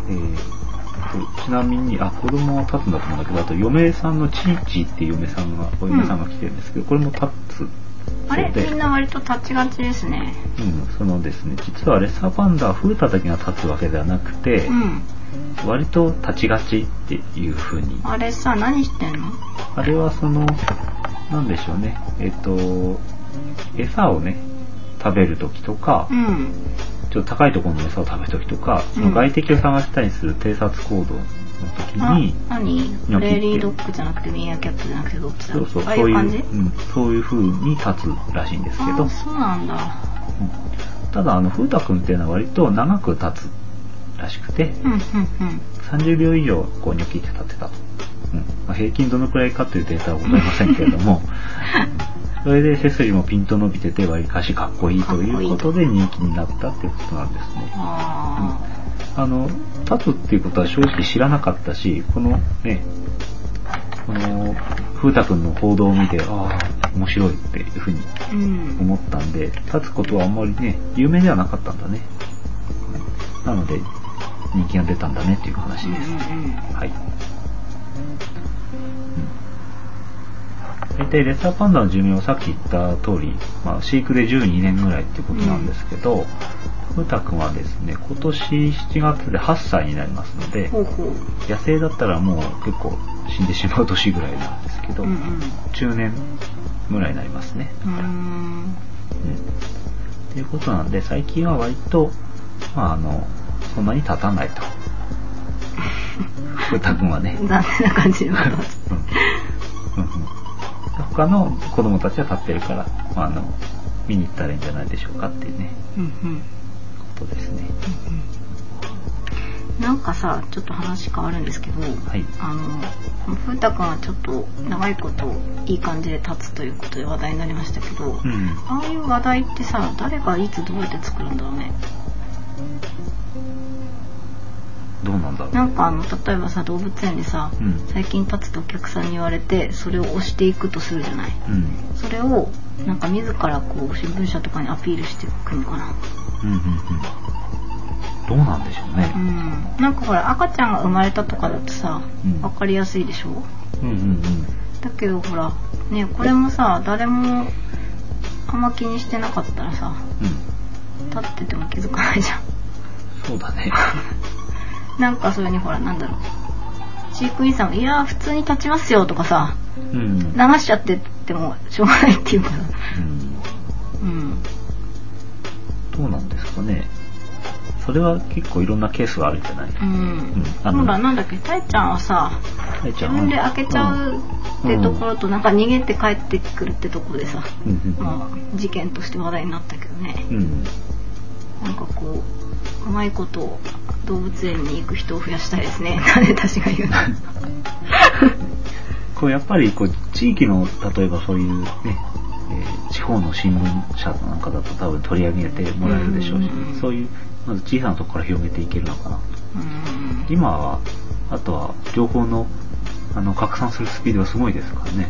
Speaker 1: えーとちなみに、あ、子供は立つんだと思うんだけど、あと、嫁さんのちいちいっていう嫁さんが、お嫁さんが来てるんですけど、これも立つ。
Speaker 2: あれ
Speaker 1: そうで
Speaker 2: みんな割と立ちがちですね。
Speaker 1: うん、そのですね、実はレッサーパンダは風太だけが立つわけではなくて、
Speaker 2: うん。
Speaker 1: 割と立ちがちっていう風に。
Speaker 2: あれさ、何してんの
Speaker 1: あれはその、なんでしょうね、えっ、と、餌をね、食べるときとか、
Speaker 2: うん。
Speaker 1: ちょっと高いところの餌を食べるときとか、そ
Speaker 2: うん
Speaker 1: の外敵を探したりする偵察行動のとき
Speaker 2: あ
Speaker 1: に、、
Speaker 2: 何プレーリードッグじゃなくてミーアキャットじゃなくてどっちだ
Speaker 1: そうそう、
Speaker 2: ああい
Speaker 1: そう
Speaker 2: う
Speaker 1: い
Speaker 2: 感じ
Speaker 1: う、うん、そういう風に立つらしいんですけ
Speaker 2: あ
Speaker 1: ど
Speaker 2: あ、、そうなんだ。
Speaker 1: うんただ、あの、風太くんっていうのは割と長く立つらしくて、
Speaker 2: うん、うん、うん。
Speaker 1: 30秒以上、こう、ニョキって立ってたと。うんまあ、平均どのくらいかというデータはございませんけれども、 それで背筋もピンと伸びてて、割かしかっこいいということで人気になったっていうことなんですね。
Speaker 2: あ
Speaker 1: あの、立つっていうことは正直知らなかったし、このね、この、風太くんの報道を見て、ああ、面白いっていうふうに
Speaker 2: あ、うん。
Speaker 1: 思ったんで、立つことはあんまりね、有名ではなかったんだね。なので、人気が出たんだねっていう話です。
Speaker 2: うんうん
Speaker 1: はい。大体レッサーパンダの寿命はさっき言った通り、まあ、飼育で12年ぐらいっていうことなんですけど、ふうたくんはですね、今年7月で8歳になりますので
Speaker 2: ほ、うほう。
Speaker 1: 野生だったらもう結構死んでしまう年ぐらいなんですけど、
Speaker 2: うんうん。
Speaker 1: 中年ぐらいになりますね。
Speaker 2: うーん。
Speaker 1: うん。ということなんで、最近は割と、まあ、あの、そんなに立たない と。ふうたくんはね。
Speaker 2: 残念な感じのこと。
Speaker 1: うんうん他の子供たちは立ってるから、まあ、あの見に行ったらいいんじゃないでしょうかっていうね
Speaker 2: うんうん。
Speaker 1: ことですね
Speaker 2: なんかさちょっと話変わるんですけど、
Speaker 1: い
Speaker 2: あの風太くんはちょっと長いこといい感じで立つということで話題になりましたけど、
Speaker 1: うん
Speaker 2: ああいう話題ってさ誰がいつどうやって作るんだろうね
Speaker 1: どうなんだろう
Speaker 2: なんかあの例えばさ動物園でさ、
Speaker 1: うん
Speaker 2: 最近立つとお客さんに言われてそれを押していくとするじゃない
Speaker 1: うん
Speaker 2: それをなんか自らこう新聞社とかにアピールしていくのかな
Speaker 1: うんうんうんどうなんでしょうね
Speaker 2: う、んなんかほら赤ちゃんが生まれたとかだとさ、
Speaker 1: うん
Speaker 2: 分かりやすいでしょ
Speaker 1: うん、うんうん
Speaker 2: だけどほらねこれもさ誰もあんま気にしてなかったらさ
Speaker 1: うん
Speaker 2: 立ってても気づかないじゃん
Speaker 1: そうだね
Speaker 2: なんかそれにほらなんだろう飼育員さんが「いやー普通に立ちますよ」とかさ
Speaker 1: うん、うん
Speaker 2: 流しちゃってってもしょうがないっていうかさうん
Speaker 1: どうなんですかねそれは結構いろんなケースがあるんじゃない、
Speaker 2: う
Speaker 1: うん
Speaker 2: ん、
Speaker 1: あの
Speaker 2: ほらなんだっけたいちゃんはさ
Speaker 1: あいち
Speaker 2: 自
Speaker 1: ゃんは
Speaker 2: 分で開けちゃうってところとなんか逃げて帰ってくるってところでさ
Speaker 1: うんうんうん
Speaker 2: まあ事件として話題になったけどね
Speaker 1: うん
Speaker 2: なんかこう、うまいことを動物園に行く人を増やしたいですね。 種たちが言うの。
Speaker 1: こうやっぱりこう地域の例えばそういうね、えー地方の新聞社なんかだと多分取り上げてもらえるでしょうし、
Speaker 2: うんうんうん
Speaker 1: そういうまず小さなとこから広げていけるのかな
Speaker 2: うーん
Speaker 1: 今はあとは情報のあの拡散するスピードがすごいですからね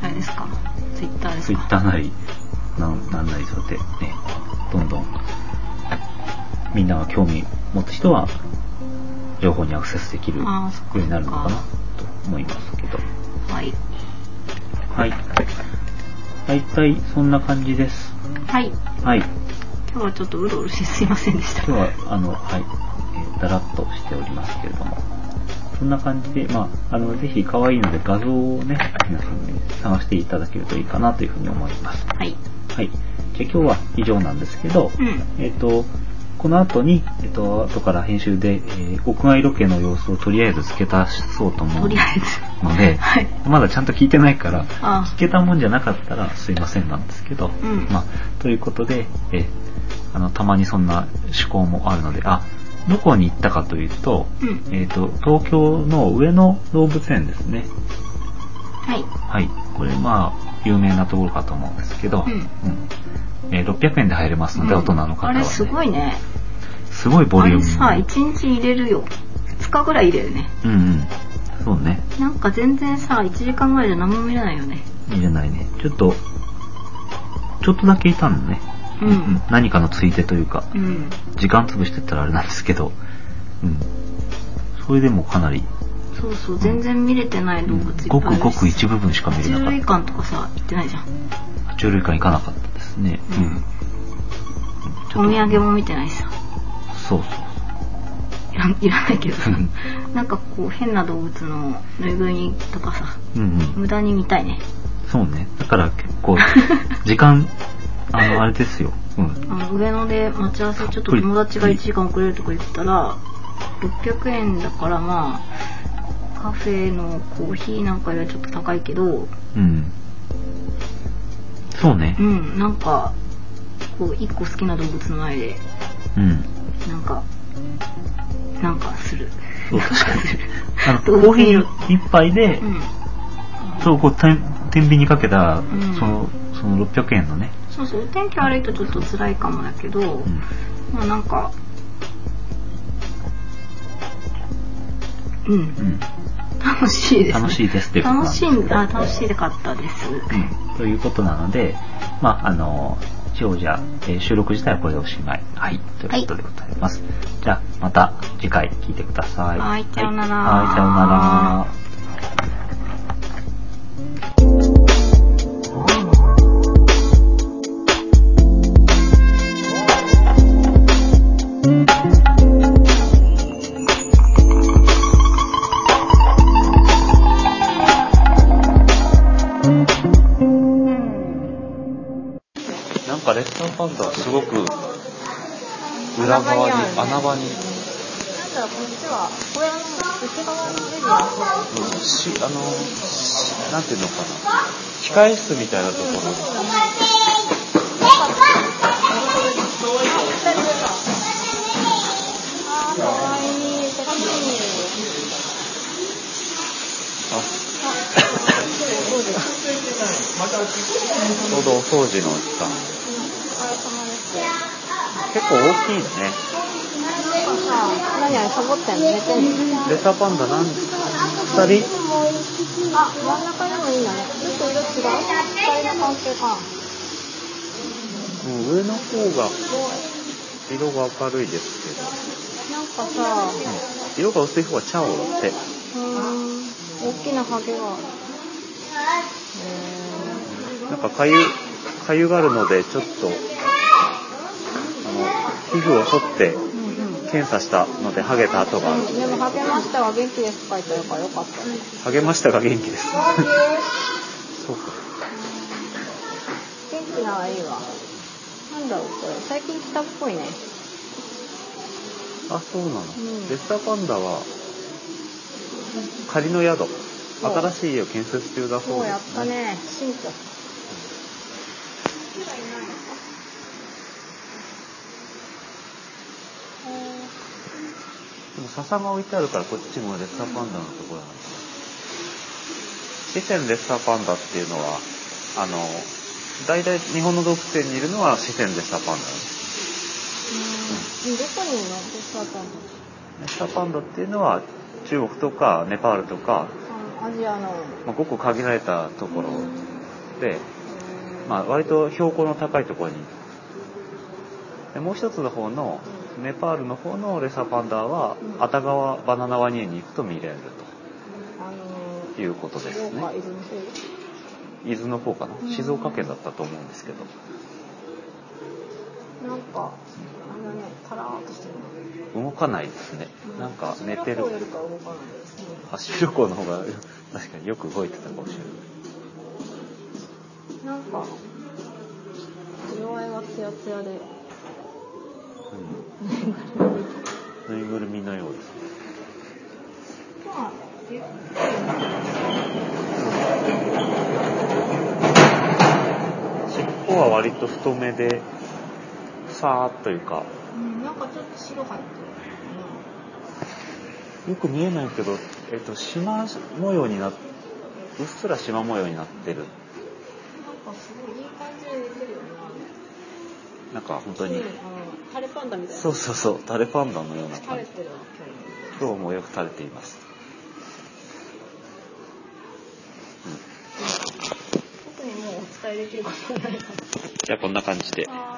Speaker 2: あれですかツイッターです
Speaker 1: ツイッ
Speaker 2: か
Speaker 1: ターなりなんなんなりそうやってねどんどんみんなが興味持つ人は情報にアクセスできるよ
Speaker 2: あーそっか
Speaker 1: うになるのかなと思いますけど。
Speaker 2: はい。
Speaker 1: はい。大体そんな感じです。
Speaker 2: はい。
Speaker 1: はい。
Speaker 2: 今日はちょっとうろうろしてすいませんでした。
Speaker 1: 今日は、あの、はい、えーだらっとしておりますけれども。そんな感じで、まあ、あの、ぜひ可愛いので画像をね、皆さんに探していただけるといいかなというふうに思います。
Speaker 2: はい。
Speaker 1: はい。じゃあ今日は以上なんですけど、
Speaker 2: うん。
Speaker 1: えっ、と、この後に、えっ、と、後から編集で、えー屋外ロケの様子をとりあえず付け足そうと思
Speaker 2: と
Speaker 1: う
Speaker 2: りあえず。
Speaker 1: ので、
Speaker 2: はい。
Speaker 1: まだちゃんと聞いてないから、
Speaker 2: あ
Speaker 1: 聞けたもんじゃなかったらすいませんなんですけど、
Speaker 2: うん
Speaker 1: まあ、ということで、え、あの、たまにそんな趣向もあるので、あ、どこに行ったかというと、
Speaker 2: うん。
Speaker 1: えっ、と、東京の上野動物園ですね。
Speaker 2: はい。
Speaker 1: はい。これ、まあ、有名なところかと思うんですけど、
Speaker 2: うん
Speaker 1: うんえー600円で入れますので、
Speaker 2: うん
Speaker 1: 大人の方は、
Speaker 2: あ
Speaker 1: ね。
Speaker 2: れすごいね。
Speaker 1: すごいボ
Speaker 2: あ
Speaker 1: リュー
Speaker 2: れ
Speaker 1: ム。
Speaker 2: さ、1日入れるよ。2日ぐらい入れるね。
Speaker 1: うんうん。そうね。
Speaker 2: なんか全然さ、1時間ぐらいじゃ何も見れないよね。
Speaker 1: いいじゃないね。ちょっと、ちょっとだけいたのね。
Speaker 2: うん
Speaker 1: 何かのついでというか。
Speaker 2: うん。
Speaker 1: 時間潰してったらあれなんですけど、うん。それでもかなり
Speaker 2: そうそう全然見れてない動物いっぱい
Speaker 1: ごくごく一部分しか見れな
Speaker 2: 獣類
Speaker 1: かっ
Speaker 2: 館とかさ行ってないじゃん
Speaker 1: た鳥類館行かなかったですねう
Speaker 2: う
Speaker 1: んんちょ
Speaker 2: お土
Speaker 1: っと
Speaker 2: 産も見てないしさ
Speaker 1: そうそう
Speaker 2: いらんいらな いけどさ
Speaker 1: うん
Speaker 2: なんかこう変な動物のぬいぐるみとかさ
Speaker 1: うんうん
Speaker 2: 無駄に見たいね
Speaker 1: そうね。だから結 構、時間、あの、あれですよ。うん。
Speaker 2: あの上野で待ち合わせちょっと友達が1時間遅れるとか言ってたら600円だからまあカフェのコーヒーなんかよりはちょっと高いけど
Speaker 1: うん。そうね
Speaker 2: う。んなんかこう1個好きな動物の前で
Speaker 1: うん。
Speaker 2: なんかなんかする
Speaker 1: そう、確かに。あの、
Speaker 2: 動
Speaker 1: コ
Speaker 2: 物
Speaker 1: ーヒー一杯で
Speaker 2: う、ん
Speaker 1: そう、こう、てん天秤にかけた
Speaker 2: ん、
Speaker 1: その、その600円のね。
Speaker 2: そうそうお天気悪いとちょっと辛いかもだけど、
Speaker 1: うん。
Speaker 2: まあなんかうん、
Speaker 1: うん。
Speaker 2: 楽しいです、ね、
Speaker 1: 楽しいですっていうことなん
Speaker 2: 楽
Speaker 1: です
Speaker 2: し
Speaker 1: けど
Speaker 2: んあ楽しかったです、
Speaker 1: うん。ということなので、まあ、あの、一応じゃあ、えー収録自体はこれでおしまい。はい。ということでございます。じゃあ、また次回聞いてください。
Speaker 2: はいさようなら
Speaker 1: はい、はいさようなら。なんかレッサーパンダはすごく裏側に穴場に、
Speaker 2: なんだろう、こっちは、これは内側のレジはそう
Speaker 1: うんしあのしなんていうのかな控え室みたいなところ
Speaker 2: あー、かわいい、手紙に。
Speaker 1: あちょうどお掃除の時間結構大きいね
Speaker 2: なんかさ、何あれ、サボってんの寝てんの
Speaker 1: レッサーパンダ何2人
Speaker 2: あ、真ん中でもいいんだね。ちょっと色違う二人の関係かな。
Speaker 1: うん上の方が色が明るいです
Speaker 2: なんかさ、
Speaker 1: けど、うん、色が薄い方はチャオって
Speaker 2: うーん、大きなハゲが。
Speaker 1: なんかかゆかゆがあるのでちょっとあの皮膚を剃って
Speaker 2: うんうん。
Speaker 1: 検査したのでハゲた跡がある
Speaker 2: でも、ハゲましたは元気ですか言ったからよかったね。
Speaker 1: ハゲましたが元気ですそうか
Speaker 2: 元気ならいいわ。なんだろう、これ。最近来たっぽいね。
Speaker 1: あそうなの、
Speaker 2: ん
Speaker 1: レッサーパンダは仮の宿
Speaker 2: そう
Speaker 1: 新しい家を建設中だ
Speaker 2: も
Speaker 1: そう
Speaker 2: う
Speaker 1: で
Speaker 2: やっ
Speaker 1: す
Speaker 2: たね。新居。
Speaker 1: でも笹が置いてあるからこっちもレッサーパンダのところなんだ四川レッサーパンダっていうのはあの大体日本の動物園にいるのは四川レッサーパンダです
Speaker 2: うん。どこにいるのレストラン
Speaker 1: レッサーパンダっていうのは中国とかネパールとか、
Speaker 2: あのアジアの。
Speaker 1: まあ、ごく限られたところで、まあ、割と標高の高いところにでもう一つの方のネパールの方のレッサーパンダは
Speaker 2: うん
Speaker 1: 熱川バナナワニ園に行くと見れる
Speaker 2: あの
Speaker 1: ということです
Speaker 2: どうか
Speaker 1: ね
Speaker 2: 伊豆の方
Speaker 1: 伊豆の方かな
Speaker 2: うん
Speaker 1: 静岡県だったと思うんですけど
Speaker 2: なんか、あのね、カラーっとしてる
Speaker 1: 動かないですね
Speaker 2: の。
Speaker 1: なんか寝てる
Speaker 2: 足の甲よりかは動かないですね。
Speaker 1: 走る子の方が確かによく動いてたかもしれない
Speaker 2: なんか、色合いがツヤツヤで。
Speaker 1: うんぬいぐるみのようです
Speaker 2: まあ、
Speaker 1: 尻尾は割と太めでさーっというか
Speaker 2: うんなんかちょっと白入って
Speaker 1: よく見えないけど、えっと、縞模様になっうっすら縞模様になってる
Speaker 2: る。なんかすごいいい感じで出てるよね。
Speaker 1: なんか本当に、
Speaker 2: うんあのタレパンダみたいな。
Speaker 1: そうそうそうタレパンダのような
Speaker 2: 垂
Speaker 1: 感
Speaker 2: れ
Speaker 1: じ
Speaker 2: てるわ今日。
Speaker 1: 今日もよく垂れています
Speaker 2: 特にもうお伝えできることはないか
Speaker 1: じゃあこんな感じで
Speaker 2: ら。